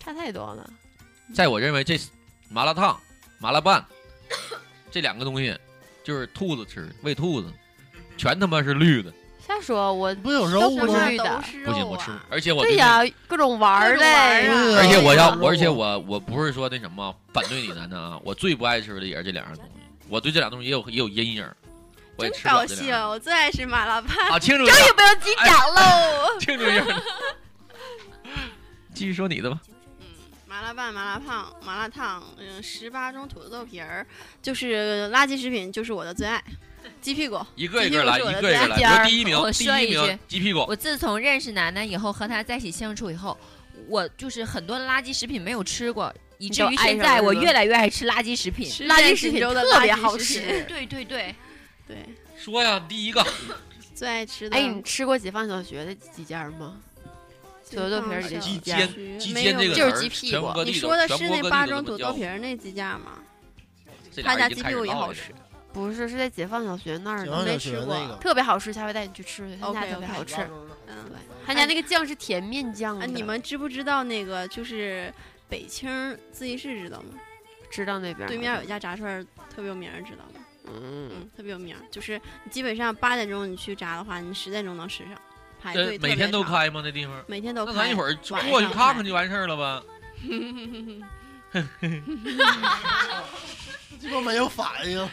Speaker 12: 差太多了。
Speaker 15: 啊在我认为这麻辣烫、麻辣拌这两个东西，就是兔子吃的喂兔子，全他妈是绿的，
Speaker 12: 瞎说，我
Speaker 13: 不有
Speaker 12: 都不是绿的，
Speaker 15: 不行我吃，而且我
Speaker 12: 对呀，各种玩儿啊嘞，
Speaker 15: 而且我要，
Speaker 12: 对呀
Speaker 15: 我而且我我不是说那什么反对你男的啊，我最不爱吃的也是这两样东西，我对这俩东西也有也有阴影儿。我也吃不
Speaker 11: 搞
Speaker 15: 了这两
Speaker 11: 笑，我最爱吃麻辣 拌。
Speaker 15: 啊庆祝一下
Speaker 11: 终于不用击掌喽！
Speaker 15: 样。庆祝一下，继续说你的吧。
Speaker 11: 麻辣拌、麻辣烫、麻辣烫，嗯，十八种土豆皮儿，就是垃圾食品，就是我的最爱。鸡屁股，
Speaker 15: 一个一个来，
Speaker 11: 鸡屁股是我
Speaker 15: 一个一
Speaker 11: 的最
Speaker 15: 个
Speaker 11: 爱
Speaker 15: 来。比如第一名
Speaker 10: 我，
Speaker 15: 第
Speaker 10: 说一
Speaker 15: 一
Speaker 10: 句
Speaker 15: 名鸡屁股
Speaker 10: 我，自从认识楠楠以后，和他在一起相处以后，我就是很多垃圾食品没有吃过，以至
Speaker 12: 就
Speaker 10: 于
Speaker 12: 爱
Speaker 10: 现
Speaker 12: 上
Speaker 10: 在
Speaker 12: 了
Speaker 10: 我
Speaker 12: 是吧
Speaker 10: 越来越爱吃垃圾食品，
Speaker 11: 垃圾食品特别好吃
Speaker 10: 对对对，
Speaker 11: 对，
Speaker 15: 说呀，第一个，
Speaker 11: 最爱吃的。
Speaker 12: 哎，你吃过解放小学的几家吗？土豆皮儿里的几家
Speaker 15: 鸡煎鸡煎这个
Speaker 12: 就
Speaker 15: 词儿
Speaker 12: 是鸡屁
Speaker 15: 全
Speaker 12: 股
Speaker 15: 国。各地
Speaker 11: 你
Speaker 15: 都
Speaker 11: 说的
Speaker 15: 全
Speaker 11: 是
Speaker 15: 国
Speaker 11: 那
Speaker 15: 各地
Speaker 11: 八
Speaker 15: 都这
Speaker 11: 种
Speaker 15: 么
Speaker 11: 土
Speaker 15: 叫
Speaker 11: 豆皮儿那几家吗？
Speaker 15: 这
Speaker 11: 他
Speaker 15: 俩
Speaker 11: 家
Speaker 15: 已经
Speaker 11: 鸡
Speaker 15: 开
Speaker 11: 屁
Speaker 15: 始
Speaker 11: 股也
Speaker 15: 闹
Speaker 11: 好
Speaker 15: 了
Speaker 11: 吃。
Speaker 12: 不是，是在解放小学那儿
Speaker 13: 解
Speaker 12: 的，
Speaker 13: 放
Speaker 12: 没
Speaker 13: 小
Speaker 12: 吃
Speaker 13: 学
Speaker 12: 过
Speaker 13: 那个，
Speaker 12: 特别好吃，下回带你去吃去，他
Speaker 11: OK，
Speaker 12: 家特别
Speaker 11: OK
Speaker 12: 好吃。
Speaker 11: 嗯，对，
Speaker 12: 他家那个酱是甜面酱
Speaker 11: 啊，
Speaker 12: 的。
Speaker 11: 你们知不知道那个就是北清儿自习室知道吗？
Speaker 12: 知道那边儿
Speaker 11: 对面
Speaker 12: 好
Speaker 11: 有一家炸串儿特别有名儿，知道吗？
Speaker 12: 嗯，
Speaker 11: 特别有名儿，就是基本上八点钟你去炸的话，你十点钟能吃上，排
Speaker 15: 这
Speaker 11: 队特
Speaker 15: 每
Speaker 11: 别
Speaker 15: 天都
Speaker 11: 长
Speaker 15: 开吗？那地方？
Speaker 11: 每天都
Speaker 15: 那
Speaker 11: 开。
Speaker 15: 咱一会儿
Speaker 11: 晚
Speaker 15: 过去
Speaker 11: 上
Speaker 15: 看
Speaker 11: 开
Speaker 15: 看就完事儿了 吧？
Speaker 13: 这都没有反应。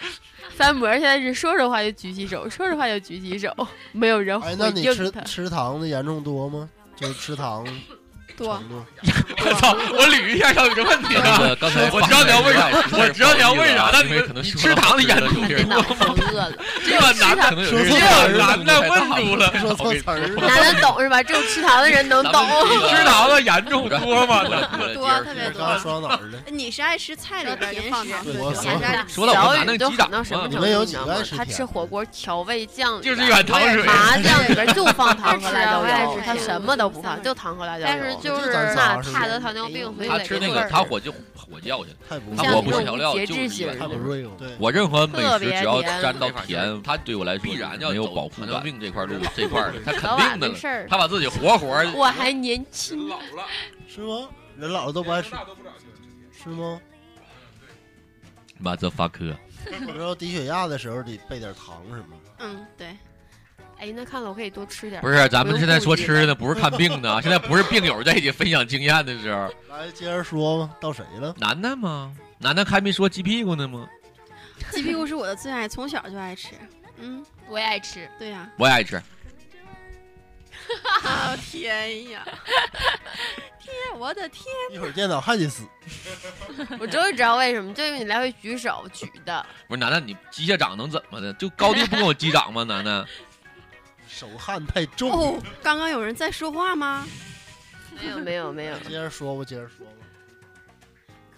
Speaker 12: 三模现在是说说话就举起手，说说话就举起手，没有人回
Speaker 13: 哎，那你
Speaker 12: 应
Speaker 13: 吃
Speaker 12: 他。
Speaker 13: 吃糖的严重多吗？就是吃糖
Speaker 11: 多
Speaker 13: 程度。
Speaker 15: 我操！我捋一下小雨的问题啊！
Speaker 13: 那个刚才
Speaker 15: 我知道你要问啥
Speaker 13: 发言的，
Speaker 15: 我知道你要问啥，但你
Speaker 13: 因为可能
Speaker 15: 你
Speaker 13: 说
Speaker 15: 吃
Speaker 13: 到
Speaker 15: 糖的
Speaker 13: 这
Speaker 15: 严
Speaker 13: 个
Speaker 15: 重
Speaker 13: 地
Speaker 15: 点
Speaker 13: 儿
Speaker 15: 儿，
Speaker 12: 饿了，
Speaker 15: 这个男的，
Speaker 12: 说
Speaker 15: 这
Speaker 12: 错
Speaker 15: 个
Speaker 12: 词儿了
Speaker 15: 男的 问住了，
Speaker 13: 说错词儿了
Speaker 12: 男人懂是吧？只有吃糖的 人能懂。
Speaker 15: 吃糖的严重多吗？
Speaker 11: 多特别多。
Speaker 13: 刚说到哪儿了？
Speaker 11: 你是爱吃菜里边甜食，
Speaker 13: 对我
Speaker 11: 还
Speaker 13: 操
Speaker 11: 是爱吃
Speaker 15: 说到我
Speaker 12: 小
Speaker 15: 拿那
Speaker 12: 雨
Speaker 15: 个
Speaker 12: 都狠
Speaker 15: 鸡掌
Speaker 12: 到什么
Speaker 15: 嘛
Speaker 12: 程
Speaker 15: 你们
Speaker 12: 度，
Speaker 15: 有
Speaker 12: 你知
Speaker 15: 几
Speaker 12: 道
Speaker 15: 个
Speaker 12: 吗
Speaker 15: 爱吃？
Speaker 12: 他
Speaker 15: 甜
Speaker 12: 吃火锅调味酱里
Speaker 15: 就是
Speaker 12: 边
Speaker 15: 软糖
Speaker 12: 对
Speaker 15: 水
Speaker 12: 麻酱里边就放糖和辣椒
Speaker 11: 我爱吃
Speaker 12: 油，
Speaker 11: 我爱
Speaker 12: 他
Speaker 11: 吃
Speaker 12: 什么都不放，就糖和辣椒油。
Speaker 11: 但是
Speaker 12: 就
Speaker 11: 就是
Speaker 12: 那
Speaker 13: 是
Speaker 12: 怕得糖尿病，所以
Speaker 15: 他
Speaker 12: 得
Speaker 15: 吃
Speaker 12: 给味
Speaker 15: 那个
Speaker 12: 儿
Speaker 15: 他火就火药去，他
Speaker 12: 像
Speaker 15: 火不
Speaker 12: 那
Speaker 15: 是
Speaker 12: 种
Speaker 15: 调料
Speaker 12: 节
Speaker 15: 就
Speaker 12: 制
Speaker 15: 是一
Speaker 12: 型的
Speaker 15: 般的。
Speaker 13: 瑞欧对，
Speaker 15: 我任何美
Speaker 12: 特
Speaker 15: 食
Speaker 12: 别
Speaker 15: 只要
Speaker 12: 甜
Speaker 15: 沾到甜，它对我来说
Speaker 14: 必然要
Speaker 15: 没有
Speaker 14: 走
Speaker 15: 保护
Speaker 14: 糖
Speaker 15: 感。
Speaker 14: 尿
Speaker 15: 病这块路这块 儿，他
Speaker 12: 早
Speaker 15: 肯
Speaker 12: 晚
Speaker 15: 定的
Speaker 12: 没事儿
Speaker 15: 了，他把自己活活儿
Speaker 12: 我还年轻，
Speaker 13: 是吗？人老了都不爱吃，是吗？
Speaker 15: 妈这发科。
Speaker 13: 我知道低血压的时候得备点糖什么的。
Speaker 11: 嗯，对。
Speaker 12: 哎，那看来我可以多吃点儿。
Speaker 15: 不是，咱
Speaker 12: 不
Speaker 15: 们
Speaker 12: 用
Speaker 15: 现在
Speaker 12: 顾
Speaker 15: 说
Speaker 12: 忌
Speaker 15: 吃
Speaker 12: 了
Speaker 15: 的，不是看病的啊！现在不是病友在一起分享经验的时候，
Speaker 13: 来，接着说吧，到谁了？
Speaker 15: 楠楠吗？楠楠还没说鸡屁股呢吗？
Speaker 11: 鸡屁股是我的最爱，从小就爱吃。嗯，
Speaker 10: 我也爱吃。
Speaker 11: 对呀、
Speaker 15: 我也爱吃，
Speaker 11: 啊，天呀，天，我的天！
Speaker 13: 一会儿电脑还得死。
Speaker 12: 我终于知道为什么，就因为你来回举手举的。
Speaker 15: 不是楠楠，你机械掌能怎么的？就高低不跟我击掌吗？楠 楠，
Speaker 13: 手汗太重。
Speaker 11: 哦，刚刚有人在说话吗？
Speaker 12: 没有没有没 有，
Speaker 13: 接着说吧，接着说吧。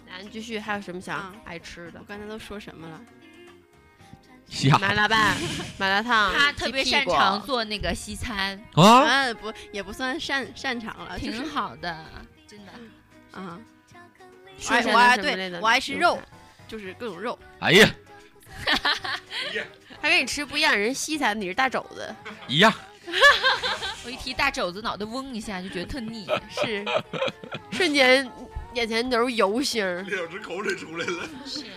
Speaker 12: 咱继续还有什么想
Speaker 11: 啊
Speaker 12: 爱吃的
Speaker 11: 我？刚才都说什么了？
Speaker 15: 吓
Speaker 12: 麻辣 拌、麻辣烫，
Speaker 10: 他
Speaker 16: 嗯
Speaker 10: 特别
Speaker 12: 鸡屁
Speaker 10: 擅
Speaker 12: 股
Speaker 10: 长做那个西餐，
Speaker 15: 啊！
Speaker 11: 啊，不，也不算擅擅长
Speaker 16: 啊
Speaker 11: 了，就是
Speaker 10: 挺好的，真的。
Speaker 16: 嗯
Speaker 11: 啊。我
Speaker 12: 涮
Speaker 11: 爱
Speaker 12: 香
Speaker 11: 我爱
Speaker 12: 什么类
Speaker 11: 对
Speaker 12: 的
Speaker 11: 我爱吃
Speaker 12: 牛
Speaker 11: 肉，就是各种肉。
Speaker 15: 哎呀，
Speaker 12: 他给你吃不一样，人西餐你是大肘 子，
Speaker 15: 一样，
Speaker 10: 我一提大肘子，脑袋嗡一下，就觉得特 腻。
Speaker 12: 是 瞬间眼前都是油星儿。
Speaker 14: 两只口水出来了。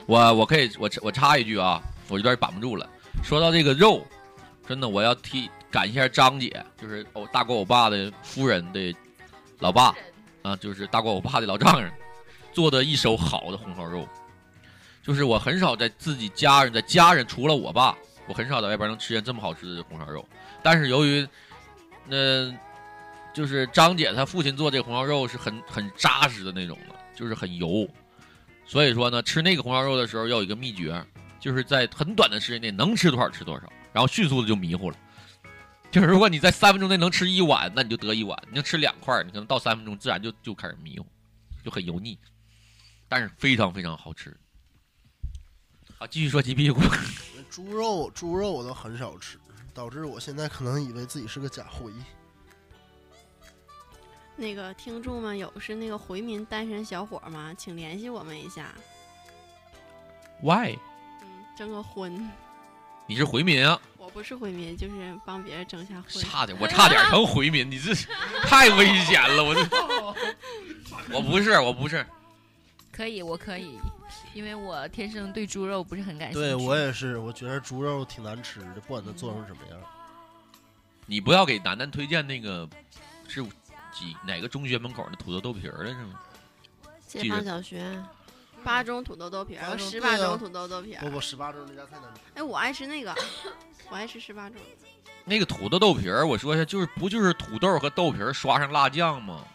Speaker 15: 我我可以，我插我插一句啊，我有点板不住了。说到这个肉，真的我要替感谢一下张姐，就是我大国我爸的夫人的老爸啊，就是大国我爸的老丈人，做的一手好的红烧肉。就是我很少在自己家人，在家人除了我爸，我很少在外边能吃见这么好吃的红烧肉。但是由于，那、就是张姐她父亲做这个红烧肉是很很扎实的那种的，就是很油。所以说呢，吃那个红烧肉的时候要有一个秘诀，就是在很短的时间内能吃多少吃多少，然后迅速的就迷糊了。就是如果你在三分钟内能吃一碗，那你就得一碗；你要吃两块，你可能到三分钟自然就就开始迷糊，就很油腻，但是非常非常好吃。啊，继续说鸡屁股，
Speaker 13: 猪 肉，猪肉我都很少吃，导致我现在可能以为自己是个假回忆。
Speaker 11: 那个听众们有是那个回民单身小伙吗？请联系我们一下，
Speaker 15: why？
Speaker 11: 嗯，征个婚。
Speaker 15: 你是回民啊？
Speaker 11: 我不是回民，就是帮别人征下婚。
Speaker 15: 差点，我差点成回民，你这是太危险了，我这我不是，我不是，
Speaker 10: 可以，我可以，因为我天生对猪肉不是很感兴趣。
Speaker 13: 对我也是，我觉得猪肉挺难吃的，不管它做成什么样。
Speaker 15: 你不要给楠楠推荐那个是几哪个中学门口的土豆豆皮儿了是吗？
Speaker 12: 解放小学，八盅土豆豆皮
Speaker 13: 八
Speaker 12: 儿，
Speaker 13: 盅
Speaker 12: 十
Speaker 13: 对
Speaker 12: 八
Speaker 13: 啊
Speaker 12: 盅土豆豆皮
Speaker 13: 不
Speaker 12: 儿。
Speaker 13: 不，十八周那家太难吃。
Speaker 12: 哎，我爱吃那个，我爱吃十八盅。
Speaker 15: 那个土豆豆皮儿，我说一下，就是不就是土豆和豆皮儿刷上辣酱吗？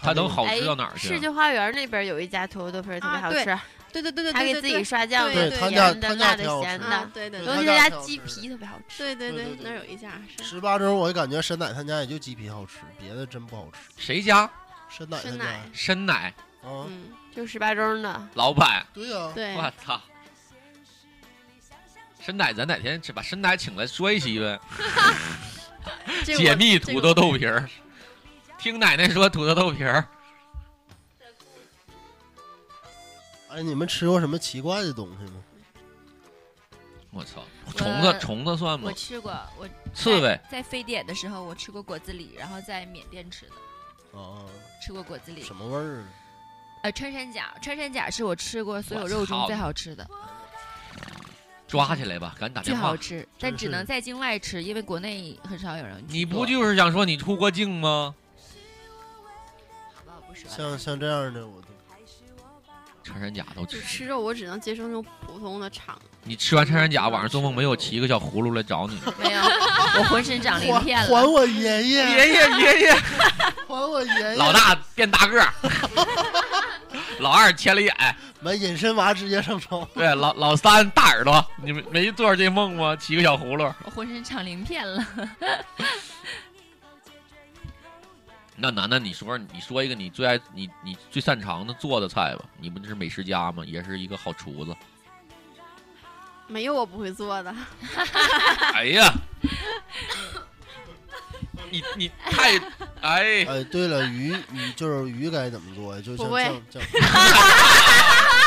Speaker 15: 它能好吃到哪儿去？
Speaker 13: 啊
Speaker 15: 啊
Speaker 16: 哎世纪花园那边有一家土豆豆皮儿特别
Speaker 10: 啊
Speaker 16: 好吃，
Speaker 12: 对对对对，
Speaker 16: 他给
Speaker 12: 对
Speaker 16: 自
Speaker 12: 对
Speaker 16: 己刷酱的，
Speaker 13: 对对他家
Speaker 16: 甜的、
Speaker 13: 他家
Speaker 16: 辣的、
Speaker 13: 挺好吃
Speaker 16: 咸
Speaker 13: 的
Speaker 16: 的
Speaker 12: 啊，对对
Speaker 16: 尤
Speaker 12: 对
Speaker 16: 其他
Speaker 12: 他家
Speaker 16: 家
Speaker 12: 挺好
Speaker 16: 鸡皮特别好吃。
Speaker 12: 对对
Speaker 13: 对对
Speaker 12: 那儿有一家是
Speaker 13: 十八周我感觉沈奶他家也就鸡皮好吃，别的真不好吃。
Speaker 15: 谁家？
Speaker 13: 沈奶他
Speaker 12: 沈
Speaker 13: 家
Speaker 12: 奶。嗯
Speaker 15: 深奶
Speaker 13: 啊，
Speaker 15: 嗯
Speaker 16: 就十八周的。
Speaker 15: 老板，
Speaker 13: 对呀，
Speaker 12: 对
Speaker 15: 我操！深奶，咱哪天把深奶请来说一期呗，
Speaker 12: 这个我
Speaker 15: 解密
Speaker 12: 这
Speaker 15: 土
Speaker 12: 个
Speaker 15: 豆
Speaker 12: 我
Speaker 15: 豆皮儿。听奶奶说土豆豆皮儿，
Speaker 13: 哎，你们吃过什么奇怪的东西吗？
Speaker 15: 我操！
Speaker 10: 我
Speaker 15: 虫子，虫子算吗
Speaker 10: 嗯我？吃过，我
Speaker 15: 刺
Speaker 10: 在
Speaker 15: 猬
Speaker 10: 在非典的时候，我吃过果子狸，然后在缅甸吃的，
Speaker 13: 啊，
Speaker 15: 哦
Speaker 10: 吃过果子狸。
Speaker 13: 什么味儿啊呢？
Speaker 10: 呃，穿山甲，穿山甲是我吃过所有肉
Speaker 15: 我操
Speaker 10: 中最好吃的，
Speaker 15: 抓起来吧，赶紧打
Speaker 10: 最
Speaker 15: 电话
Speaker 10: 好。吃，但只能在境外吃，因为国内很少有人。
Speaker 15: 你不就是想说你出过境
Speaker 17: 哦
Speaker 15: 吗？
Speaker 13: 像像这样的我都
Speaker 15: 穿山甲都
Speaker 12: 就
Speaker 15: 吃，
Speaker 12: 吃肉，我只能接受那种普通的肠。
Speaker 15: 你吃完穿山甲，晚上做梦没有骑个小葫芦来找你。
Speaker 10: 没有，我浑身长鳞片了。
Speaker 13: 还啊我爷爷！
Speaker 15: 爷爷爷爷，
Speaker 13: 还我爷爷！
Speaker 15: 老大变大 个儿，老二千里眼，
Speaker 13: 完隐身娃直接上床。
Speaker 15: 对，老老三大耳朵。你们没做这梦吗？骑个小葫芦，
Speaker 10: 我浑身长鳞片 了，
Speaker 15: 那楠楠，你说你说一个你最爱你你最擅长的做的菜吧？你不就是美食家吗？也是一个好厨子。
Speaker 12: 没有我不会做的，
Speaker 15: 哎呀，你你 太哎
Speaker 16: 呃
Speaker 13: 哎，对了，鱼鱼就是鱼该怎么做呀？就像
Speaker 12: 不会
Speaker 13: 酱酱，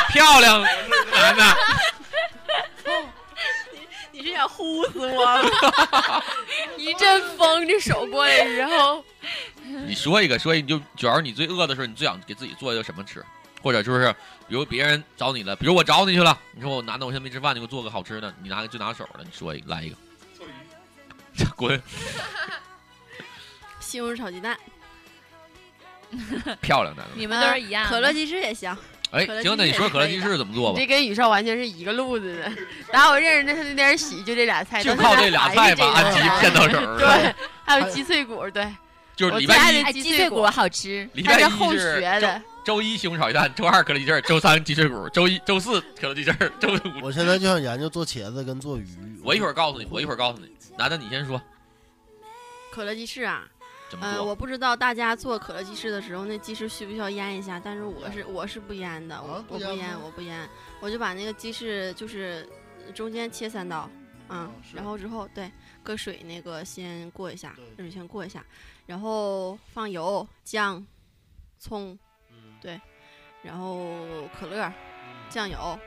Speaker 15: 漂 亮，楠楠。
Speaker 16: 你是想呼死我吗？一阵风，这手过来之后，
Speaker 15: 你说一个，说一个，你就假如你最饿的时候，你最想给自己做一个什么吃，或者就是比如别人找你了，比如我找你去了，你说我男的我现在没吃饭，你给我做个好吃的，你拿个最拿手的，你说一个来一个， 滚，
Speaker 12: 西红柿炒鸡蛋，
Speaker 15: 漂亮的。
Speaker 10: 你们都是一样的
Speaker 12: 可乐鸡翅也行。
Speaker 15: 哎，行，那你说可乐鸡翅怎么做吧
Speaker 16: 啊这？跟宇少完全是一个路子 的。打我认识他那点喜，就这俩菜，
Speaker 15: 就
Speaker 16: 到现
Speaker 15: 靠
Speaker 16: 在
Speaker 15: 这俩
Speaker 16: 还
Speaker 15: 菜
Speaker 16: 是这
Speaker 15: 吧，
Speaker 16: 个
Speaker 15: 安吉
Speaker 16: 菜
Speaker 15: 骗到手儿 了。
Speaker 16: 对，还有鸡脆骨，对，
Speaker 15: 就是
Speaker 16: 我
Speaker 15: 礼
Speaker 16: 最
Speaker 15: 拜
Speaker 16: 爱
Speaker 17: 哎
Speaker 15: 一，
Speaker 16: 的
Speaker 10: 鸡
Speaker 16: 鸡
Speaker 10: 脆
Speaker 16: 脆
Speaker 10: 骨好吃。
Speaker 15: 礼
Speaker 16: 它
Speaker 15: 拜
Speaker 16: 是
Speaker 15: 一
Speaker 16: 后
Speaker 15: 是
Speaker 16: 学的
Speaker 15: 周周一西红柿炒鸡蛋，周二可乐鸡翅，周三鸡腿骨，周一周四可乐鸡翅，周五。
Speaker 13: 我现在就想研究做茄子跟做鱼。
Speaker 15: 我一会儿告诉你，我一会儿告诉你，
Speaker 12: 嗯
Speaker 15: 楠楠你先说
Speaker 12: 可乐鸡翅啊，
Speaker 15: 怎么
Speaker 12: 嗯、
Speaker 15: 做。
Speaker 12: 我不知道大家做可乐鸡翅的时候，那鸡翅需不需要腌一下？但是我是我是不腌的，我
Speaker 13: 不
Speaker 12: 我不
Speaker 13: 腌
Speaker 12: 腌，
Speaker 13: 吗
Speaker 12: 我不腌，我就把那个鸡翅就是中间切三刀，嗯，然后之后对，搁水那个先过一下，热水先过一下，然后放油、酱、葱，对，然后可乐、酱油，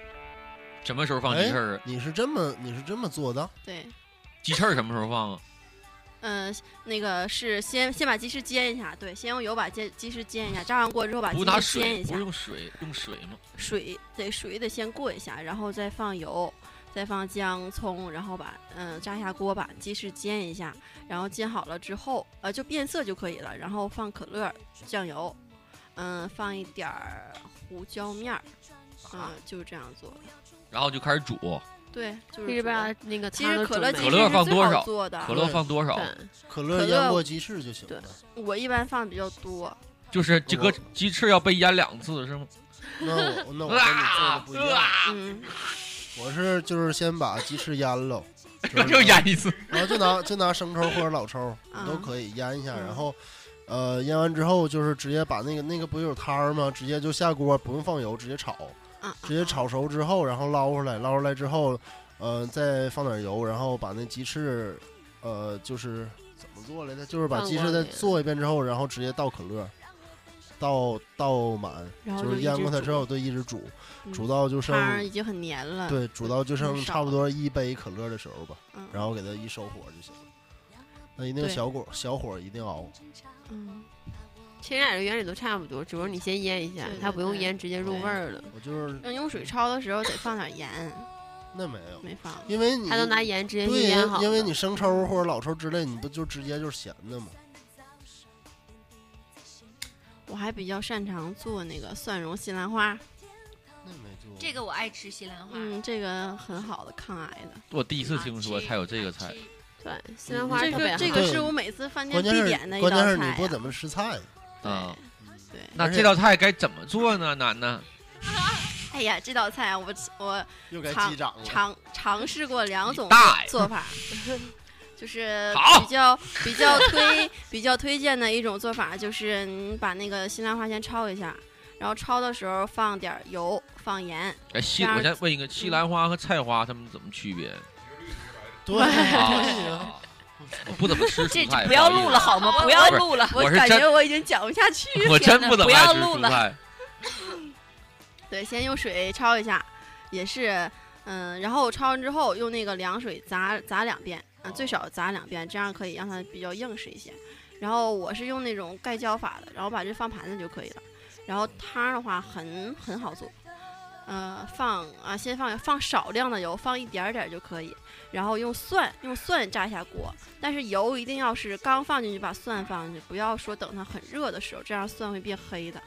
Speaker 15: 什么时候放鸡翅啊？
Speaker 13: 哎你是这么你是这么做的？
Speaker 12: 对，
Speaker 15: 鸡翅什么时候放啊？
Speaker 12: 嗯、那个是先先把鸡翅煎一下，对，先用油把鸡鸡翅煎一下，炸完锅之后把鸡
Speaker 15: 不拿
Speaker 12: 翅煎一
Speaker 15: 水，不
Speaker 12: 下
Speaker 15: 是，用水，用水吗？
Speaker 12: 水得水得先过一下，然后再放油，再放姜、葱，然后把嗯炸一下锅，把鸡翅煎一下，然后煎好了之后，呃就变色就可以了，然后放可乐、酱油，嗯放一点儿胡椒面儿，嗯、
Speaker 13: 啊
Speaker 12: 就是这样做的。
Speaker 15: 然后就开始煮，
Speaker 12: 啊对，就是
Speaker 16: 一
Speaker 12: 煮
Speaker 16: 般那个
Speaker 12: 其
Speaker 16: 汤
Speaker 12: 实
Speaker 16: 都
Speaker 12: 可
Speaker 16: 煮没
Speaker 12: 乐鸡翅
Speaker 15: 可乐
Speaker 12: 是
Speaker 15: 放
Speaker 12: 最
Speaker 15: 多
Speaker 12: 好
Speaker 15: 少
Speaker 12: 做的
Speaker 15: 可乐放多少？
Speaker 12: 嗯
Speaker 13: 可乐腌过鸡翅就行了。
Speaker 12: 我一般放比较多，
Speaker 15: 就是这个鸡翅要被腌两次是吗？ 啊
Speaker 13: 那我那我跟你做的不一样。
Speaker 12: 嗯，
Speaker 13: 我是就是先把鸡翅腌喽，就是
Speaker 15: 又腌一次。
Speaker 13: 然后就拿就拿生抽或者老抽
Speaker 12: 啊
Speaker 13: 都可以腌一下，
Speaker 12: 嗯
Speaker 13: 然后呃腌完之后就是直接把那个那个不是有汤儿吗？直接就下锅，不用放油，直接炒，
Speaker 12: 啊
Speaker 13: 直接炒熟之后，然后捞出来，捞出来之后，呃再放点油，然后把那鸡翅，呃就是怎么做来着？就是把
Speaker 16: 放
Speaker 13: 鸡
Speaker 16: 锅
Speaker 13: 翅再
Speaker 16: 里
Speaker 13: 做一遍之后，然后直接倒可乐。倒倒满，
Speaker 16: 然后
Speaker 13: 就
Speaker 16: 就是一
Speaker 13: 腌
Speaker 16: 直
Speaker 13: 过它
Speaker 16: 煮
Speaker 13: 之后，对，一直煮，
Speaker 12: 嗯
Speaker 13: 煮到就剩
Speaker 12: 汤儿已经很黏了。
Speaker 13: 对，煮到就剩
Speaker 12: 很少
Speaker 13: 差不多一杯可乐的时候吧，
Speaker 12: 嗯
Speaker 13: 然后给它一收火就行了。那一定
Speaker 12: 对
Speaker 13: 小火小火一定熬，
Speaker 12: 嗯，
Speaker 16: 其实俩人原理都差不多，只不过你先腌一下
Speaker 12: 对，
Speaker 16: 它不用
Speaker 12: 对
Speaker 16: 腌，直接入味儿了。
Speaker 13: 我就是
Speaker 12: 要用水焯的时候得放点盐，
Speaker 13: 那没有，
Speaker 12: 没放。
Speaker 13: 因为你
Speaker 16: 他都拿盐直接
Speaker 13: 对
Speaker 16: 就腌好
Speaker 13: 因，因为
Speaker 16: 了
Speaker 13: 你生抽或者老抽之类，你不就直接就是咸的吗？
Speaker 12: 我还比较擅长做那个蒜蓉西兰花，
Speaker 13: 那没做过
Speaker 17: 这个我爱吃西兰花，
Speaker 12: 嗯，这个很好的抗癌的。
Speaker 15: 我第一次听
Speaker 17: 啊
Speaker 15: 说还有这个菜，
Speaker 12: 对，
Speaker 18: 西兰花
Speaker 12: 这
Speaker 18: 特别
Speaker 12: 个
Speaker 18: 好
Speaker 12: 这个是我每次饭店
Speaker 13: 关键
Speaker 12: 必
Speaker 13: 是
Speaker 12: 点的一道
Speaker 13: 关
Speaker 12: 菜、啊
Speaker 13: 键是你不怎么吃菜，
Speaker 15: 啊。
Speaker 12: 对
Speaker 15: 那
Speaker 13: 而且
Speaker 15: 这道菜该怎么做呢，楠楠？
Speaker 12: 哎呀，这道菜啊，我我
Speaker 13: 又该
Speaker 12: 尝
Speaker 13: 击掌了
Speaker 12: 尝尝试过两种
Speaker 15: 嗯大爷
Speaker 12: 做法，就是
Speaker 15: 好
Speaker 12: 比较比较推比较推荐的一种做法，就是你把那个西兰花先焯一下，然后焯的时候放点儿油，放盐。
Speaker 15: 哎，
Speaker 12: 这
Speaker 15: 西，
Speaker 12: 样
Speaker 15: 我先问一个，西兰花和菜花它们怎么区别？
Speaker 13: 对
Speaker 15: 对呀 我不怎么吃
Speaker 17: 这
Speaker 15: 蔬菜，
Speaker 17: 不要
Speaker 15: 好意思
Speaker 17: 录了好吗？
Speaker 12: 我
Speaker 17: 不要
Speaker 15: 我
Speaker 17: 录了，
Speaker 15: 我是
Speaker 12: 感
Speaker 15: 真，
Speaker 12: 觉我已经讲不下去
Speaker 15: 我真
Speaker 12: 天呐
Speaker 15: 不怎么爱
Speaker 12: 要
Speaker 15: 吃
Speaker 12: 录
Speaker 15: 蔬
Speaker 12: 了。
Speaker 15: 菜。
Speaker 12: 对，先用水焯一下，也是，嗯，然后焯完之后用那个凉水砸砸两遍，嗯，最少砸两遍，这样可以让它比较硬实一些。然后我是用那种盖浇法的，然后把这放盘子就可以了。然后汤儿的话很很好做，呃，放啊，先放放少量的油，放一点儿点儿就可以。然后用蒜用蒜炸一下锅，但是油一定要是刚放进去，把蒜放进去，不要说等它很热的时候，这样蒜会变黑的。
Speaker 13: 哦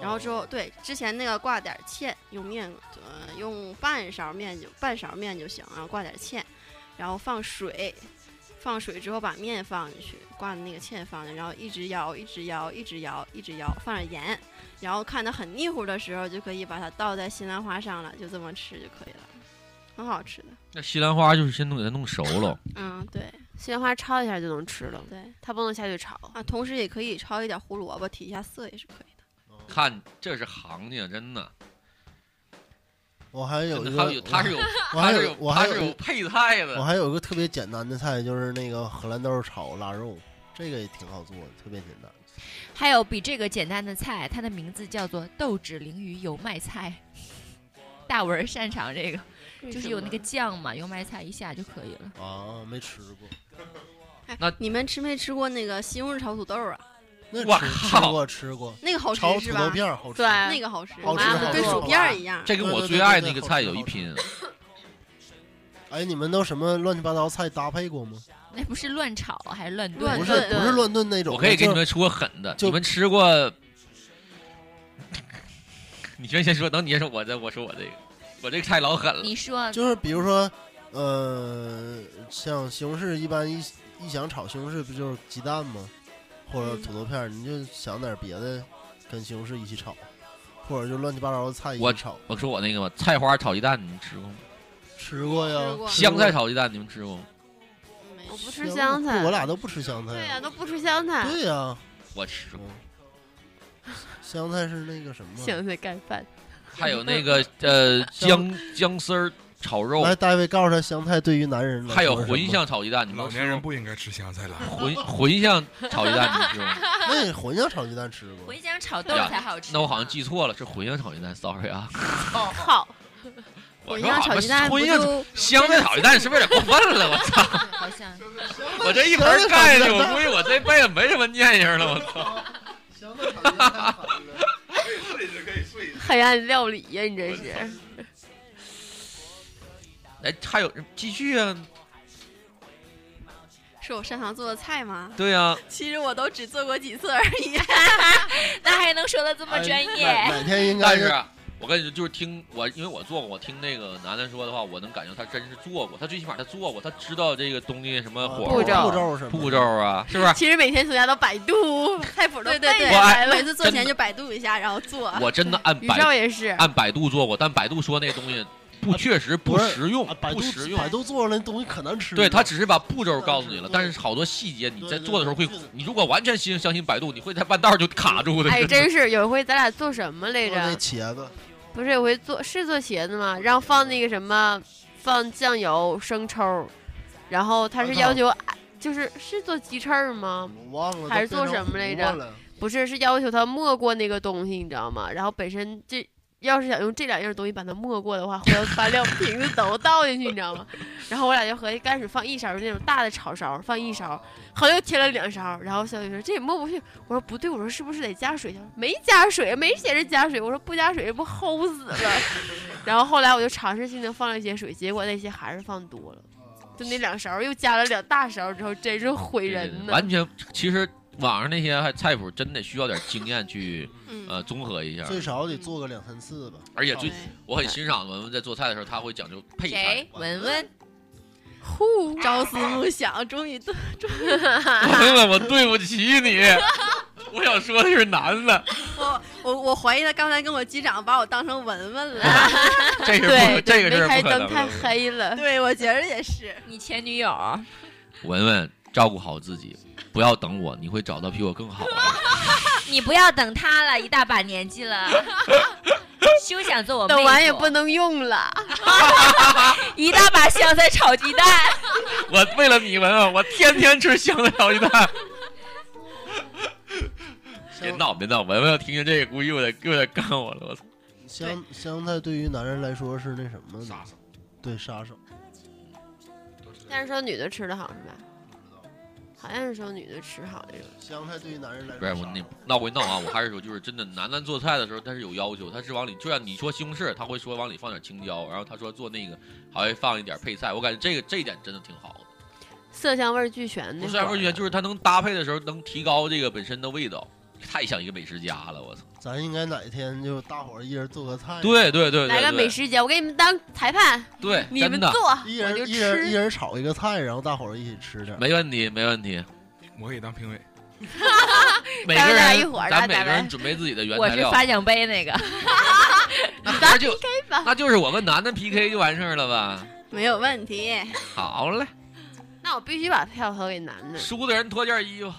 Speaker 12: 然后之后，对之前那个挂点儿芡，用面，呃，用半勺面就半勺面就行，然后挂点儿芡，然后放水，放水之后把面放进去，挂的那个芡放进去，然后一直摇，一直摇，一直摇，一直摇，放点盐，然后看它很腻乎的时候，就可以把它倒在西兰花上了，就这么吃就可以了，很好吃的。
Speaker 15: 那西兰花就是先弄给它弄熟了，
Speaker 12: 嗯，对，
Speaker 18: 西兰花焯一下就能吃了，
Speaker 12: 对，
Speaker 18: 它不能下去炒。
Speaker 12: 啊，同时也可以焯一点胡萝卜，提一下色也是可以的。
Speaker 15: 看这是行家，真的。
Speaker 13: 我还有一
Speaker 15: 真的还
Speaker 13: 个
Speaker 15: 有，它是有
Speaker 13: 我还
Speaker 15: 它是有
Speaker 13: 我还
Speaker 15: 它是有配菜的
Speaker 13: 我还有一个特别简单的菜，就是那个荷兰豆炒腊肉，这个也挺好做的，特别简单。
Speaker 10: 还有比这个简单的菜，它的名字叫做豆豉鲮鱼油麦菜。大文儿擅长这个，
Speaker 12: 为
Speaker 10: 就是
Speaker 12: 什
Speaker 10: 有
Speaker 12: 么
Speaker 10: 那个酱嘛，油麦菜一下就可以了。
Speaker 13: 啊，没吃过。
Speaker 15: 那
Speaker 12: 你们吃没吃过那个西红柿炒土豆啊？
Speaker 13: 那
Speaker 15: 我
Speaker 13: 吃吃
Speaker 15: 靠
Speaker 13: 过吃过，
Speaker 12: 那个好吃
Speaker 13: 哦炒
Speaker 12: 是
Speaker 13: 土
Speaker 12: 吧
Speaker 13: 豆片儿好吃，
Speaker 12: 对
Speaker 10: 啊
Speaker 12: 那个好吃
Speaker 13: 好吃
Speaker 12: 妈妈
Speaker 13: 好吃，
Speaker 12: 跟薯片儿一样
Speaker 15: 这跟我最爱那个菜有一拼。
Speaker 13: 哎，你们都什么乱七八糟菜搭配过吗？
Speaker 10: 那不是乱炒啊还是乱炖？嗯
Speaker 13: 不是不是乱炖那种，
Speaker 15: 我可以给
Speaker 13: 就
Speaker 15: 你们说狠的，你们吃过？ 你先先说，等你先说，我再我说我这个，我这个菜老狠了。
Speaker 10: 你说
Speaker 13: 就是比如说，呃，像西红柿一般一一想炒西红柿不就是鸡蛋吗？或者土豆片儿，你就想点别的跟西红柿一起炒，或者就乱七八糟的菜一
Speaker 15: 我
Speaker 13: 起炒。
Speaker 15: 我说我那个吧，菜花炒鸡蛋，你们吃过吗？
Speaker 13: 吃过呀，
Speaker 15: 香菜炒鸡蛋，你们吃过吗？
Speaker 18: 我不吃香菜，
Speaker 13: 我俩都不吃香菜。啊
Speaker 18: 对呀、都不吃香菜。
Speaker 13: 对呀、
Speaker 15: 我吃
Speaker 13: 过。香菜是那个什么？
Speaker 18: 香菜盖 饭。
Speaker 15: 还有那个呃姜姜丝儿炒肉，
Speaker 13: 来，大卫告诉他，香菜对于男人来
Speaker 15: 还有
Speaker 13: 说是什
Speaker 15: 茴
Speaker 13: 么
Speaker 15: 香炒鸡蛋，你们
Speaker 14: 老
Speaker 15: 都
Speaker 14: 年
Speaker 15: 吃过
Speaker 14: 人
Speaker 15: 吗
Speaker 14: 不应该吃香菜了。
Speaker 15: 茴茴香炒鸡蛋，你们吃 过吗？
Speaker 13: 那茴香炒鸡蛋吃过，
Speaker 10: 茴香炒豆
Speaker 15: 呀
Speaker 10: 才好吃。
Speaker 15: 那我好 像记错了，是茴香炒鸡蛋，sorry 啊。
Speaker 18: 好，
Speaker 15: 我
Speaker 10: 茴
Speaker 15: 说
Speaker 10: 香
Speaker 15: 好
Speaker 10: 炒
Speaker 15: 像
Speaker 10: 鸡蛋不
Speaker 15: 茴香
Speaker 10: 就
Speaker 15: 香菜炒鸡蛋是不是有点过分了？我操！
Speaker 10: 好像
Speaker 15: 我这一盆儿盖下去，我估计我这辈子没什么念想了。我操！
Speaker 18: 黑暗料理呀、你这是。
Speaker 15: 哎，还有继续啊？
Speaker 12: 是我擅长做的 菜吗？
Speaker 15: 对啊呀、
Speaker 12: 其实我都只做过几次而 已。
Speaker 10: 那还能说的这么专
Speaker 13: 哎
Speaker 10: 业？
Speaker 13: 哪天应该
Speaker 15: 但
Speaker 13: 是
Speaker 15: 是啊我跟你说，就是听我，因为我做过，我听那个楠楠说的话，我能感觉他真是做过，他最起码他做过，他知道这个东西什么火候啊
Speaker 18: 步骤
Speaker 13: 步骤什么的
Speaker 15: 步骤啊，是 不是？
Speaker 18: 其实每天从家都百 度菜谱都
Speaker 12: 对对对
Speaker 15: 我爱，
Speaker 12: 每次做
Speaker 15: 真
Speaker 12: 前
Speaker 15: 的
Speaker 12: 就百度一下，然后做。
Speaker 15: 我真的按
Speaker 18: 宇
Speaker 15: 百
Speaker 18: 宙也是
Speaker 15: 按百度做过，但百度说那个东西不确实不实用，
Speaker 13: 百度
Speaker 15: 不实用。
Speaker 13: 百度做出来的东西可难吃了。
Speaker 15: 对他只是把步骤告诉你了，但是好多细节你在做的时候会，你如果完全信相信百度，你会在半道就卡住的。
Speaker 18: 哎，
Speaker 15: 的
Speaker 18: 真是有一回咱俩做什么来
Speaker 13: 做那
Speaker 18: 着？
Speaker 13: 茄子，
Speaker 18: 不是有回做是做茄子吗？然后放那个什么，放酱油、生抽，然后他是要求，哎就是是做鸡翅儿吗？
Speaker 13: 我忘了
Speaker 18: 还是做什么来着？不是，是要求他没过那个东西，你知道吗？然后本身这要是想用这两样东西把它没过的话，会要把两瓶子都倒进去，你知道吗？然后我俩就合计，开始放一勺那种大的炒勺，放一勺，后来又添了两勺。然后小雨说这也没不去，我说不对，我说是不是得加水？他说没加水，没写着加水。我说不加水不齁死了。然后后来我就尝试性的放了一些水，结果那些还是放多了，就那两勺又加了两大勺之后，真是毁人呢。
Speaker 15: 完全，其实网上那些还菜谱真的需要点经验去
Speaker 11: 嗯
Speaker 15: 呃综合一下，
Speaker 13: 最少得做个两三次吧。
Speaker 15: 而且最
Speaker 13: 少
Speaker 15: 我很欣赏文文在做菜的时候，他会讲究配菜
Speaker 19: 谁。？文文，
Speaker 11: 呼，朝思暮想，终于 对，终于
Speaker 15: 文 文，我对不起你，我想说的是男的，
Speaker 11: 我我我怀疑他刚才跟我击掌，把我当成文文 了。
Speaker 15: 这是
Speaker 12: 对
Speaker 15: 不，这个
Speaker 12: 没
Speaker 15: 是
Speaker 12: 开
Speaker 15: 不
Speaker 12: 灯
Speaker 15: 可能
Speaker 12: 太
Speaker 15: 的。
Speaker 12: 黑了。
Speaker 11: 对，我觉得也是。
Speaker 19: 你前女友？
Speaker 15: 文文，照顾好自己，不要等我，你会找到比我更好的。
Speaker 19: 你不要等他了，一大把年纪了，休想做我妹夫。
Speaker 12: 等完也不能用了，
Speaker 19: 一大把香菜炒鸡蛋，
Speaker 15: 我为了你文文，我天天吃香的炒鸡 蛋。别闹别闹，文文要听见这个，估计又得又得干我了。我操！
Speaker 13: 香香菜对于男人来说是那什么杀手，对杀手。
Speaker 12: 但是说女的吃的好是吧？好像是说女的吃好这种。
Speaker 13: 香菜对于男人来
Speaker 15: 不是我那闹归闹啊，我还是说，就是真的，楠楠做菜的时候他是有要求，他是往里，就像你说西红柿，他会说往里放点青椒，然后他说做那个还会放一点配菜，我感觉这个这一点真的挺好的。
Speaker 12: 色香味俱全那
Speaker 15: 不是
Speaker 12: 会儿
Speaker 15: 味觉，就是它能搭配的时候能提高这个本身的味道，太像一个美食家了，我操！
Speaker 13: 咱应该哪天就大伙儿一人做个菜，
Speaker 15: 对对对对
Speaker 12: 来个美食节，我给你们当裁判，
Speaker 15: 对，
Speaker 12: 你们
Speaker 15: 真的
Speaker 12: 做，
Speaker 13: 一
Speaker 12: 我就
Speaker 13: 人一人一
Speaker 12: 吃。
Speaker 13: 人炒一个菜，然后大伙儿一起吃点。
Speaker 15: 没问题没问题，
Speaker 14: 我可以当评委。
Speaker 15: 每个
Speaker 19: 咱们俩一
Speaker 15: 人
Speaker 19: 伙儿
Speaker 15: 咱
Speaker 12: 啊
Speaker 19: 来
Speaker 15: 每
Speaker 19: 咱
Speaker 15: 个人
Speaker 19: 们
Speaker 15: 准备自己的原
Speaker 19: 我
Speaker 15: 材
Speaker 19: 是
Speaker 15: 料，
Speaker 19: 发奖杯那个。
Speaker 15: 那就那就是我跟男的 PK 就完事儿了吧？
Speaker 11: 没有问题。
Speaker 15: 好嘞，
Speaker 12: 那我必须把票投给男的。
Speaker 15: 输的人脱件衣服。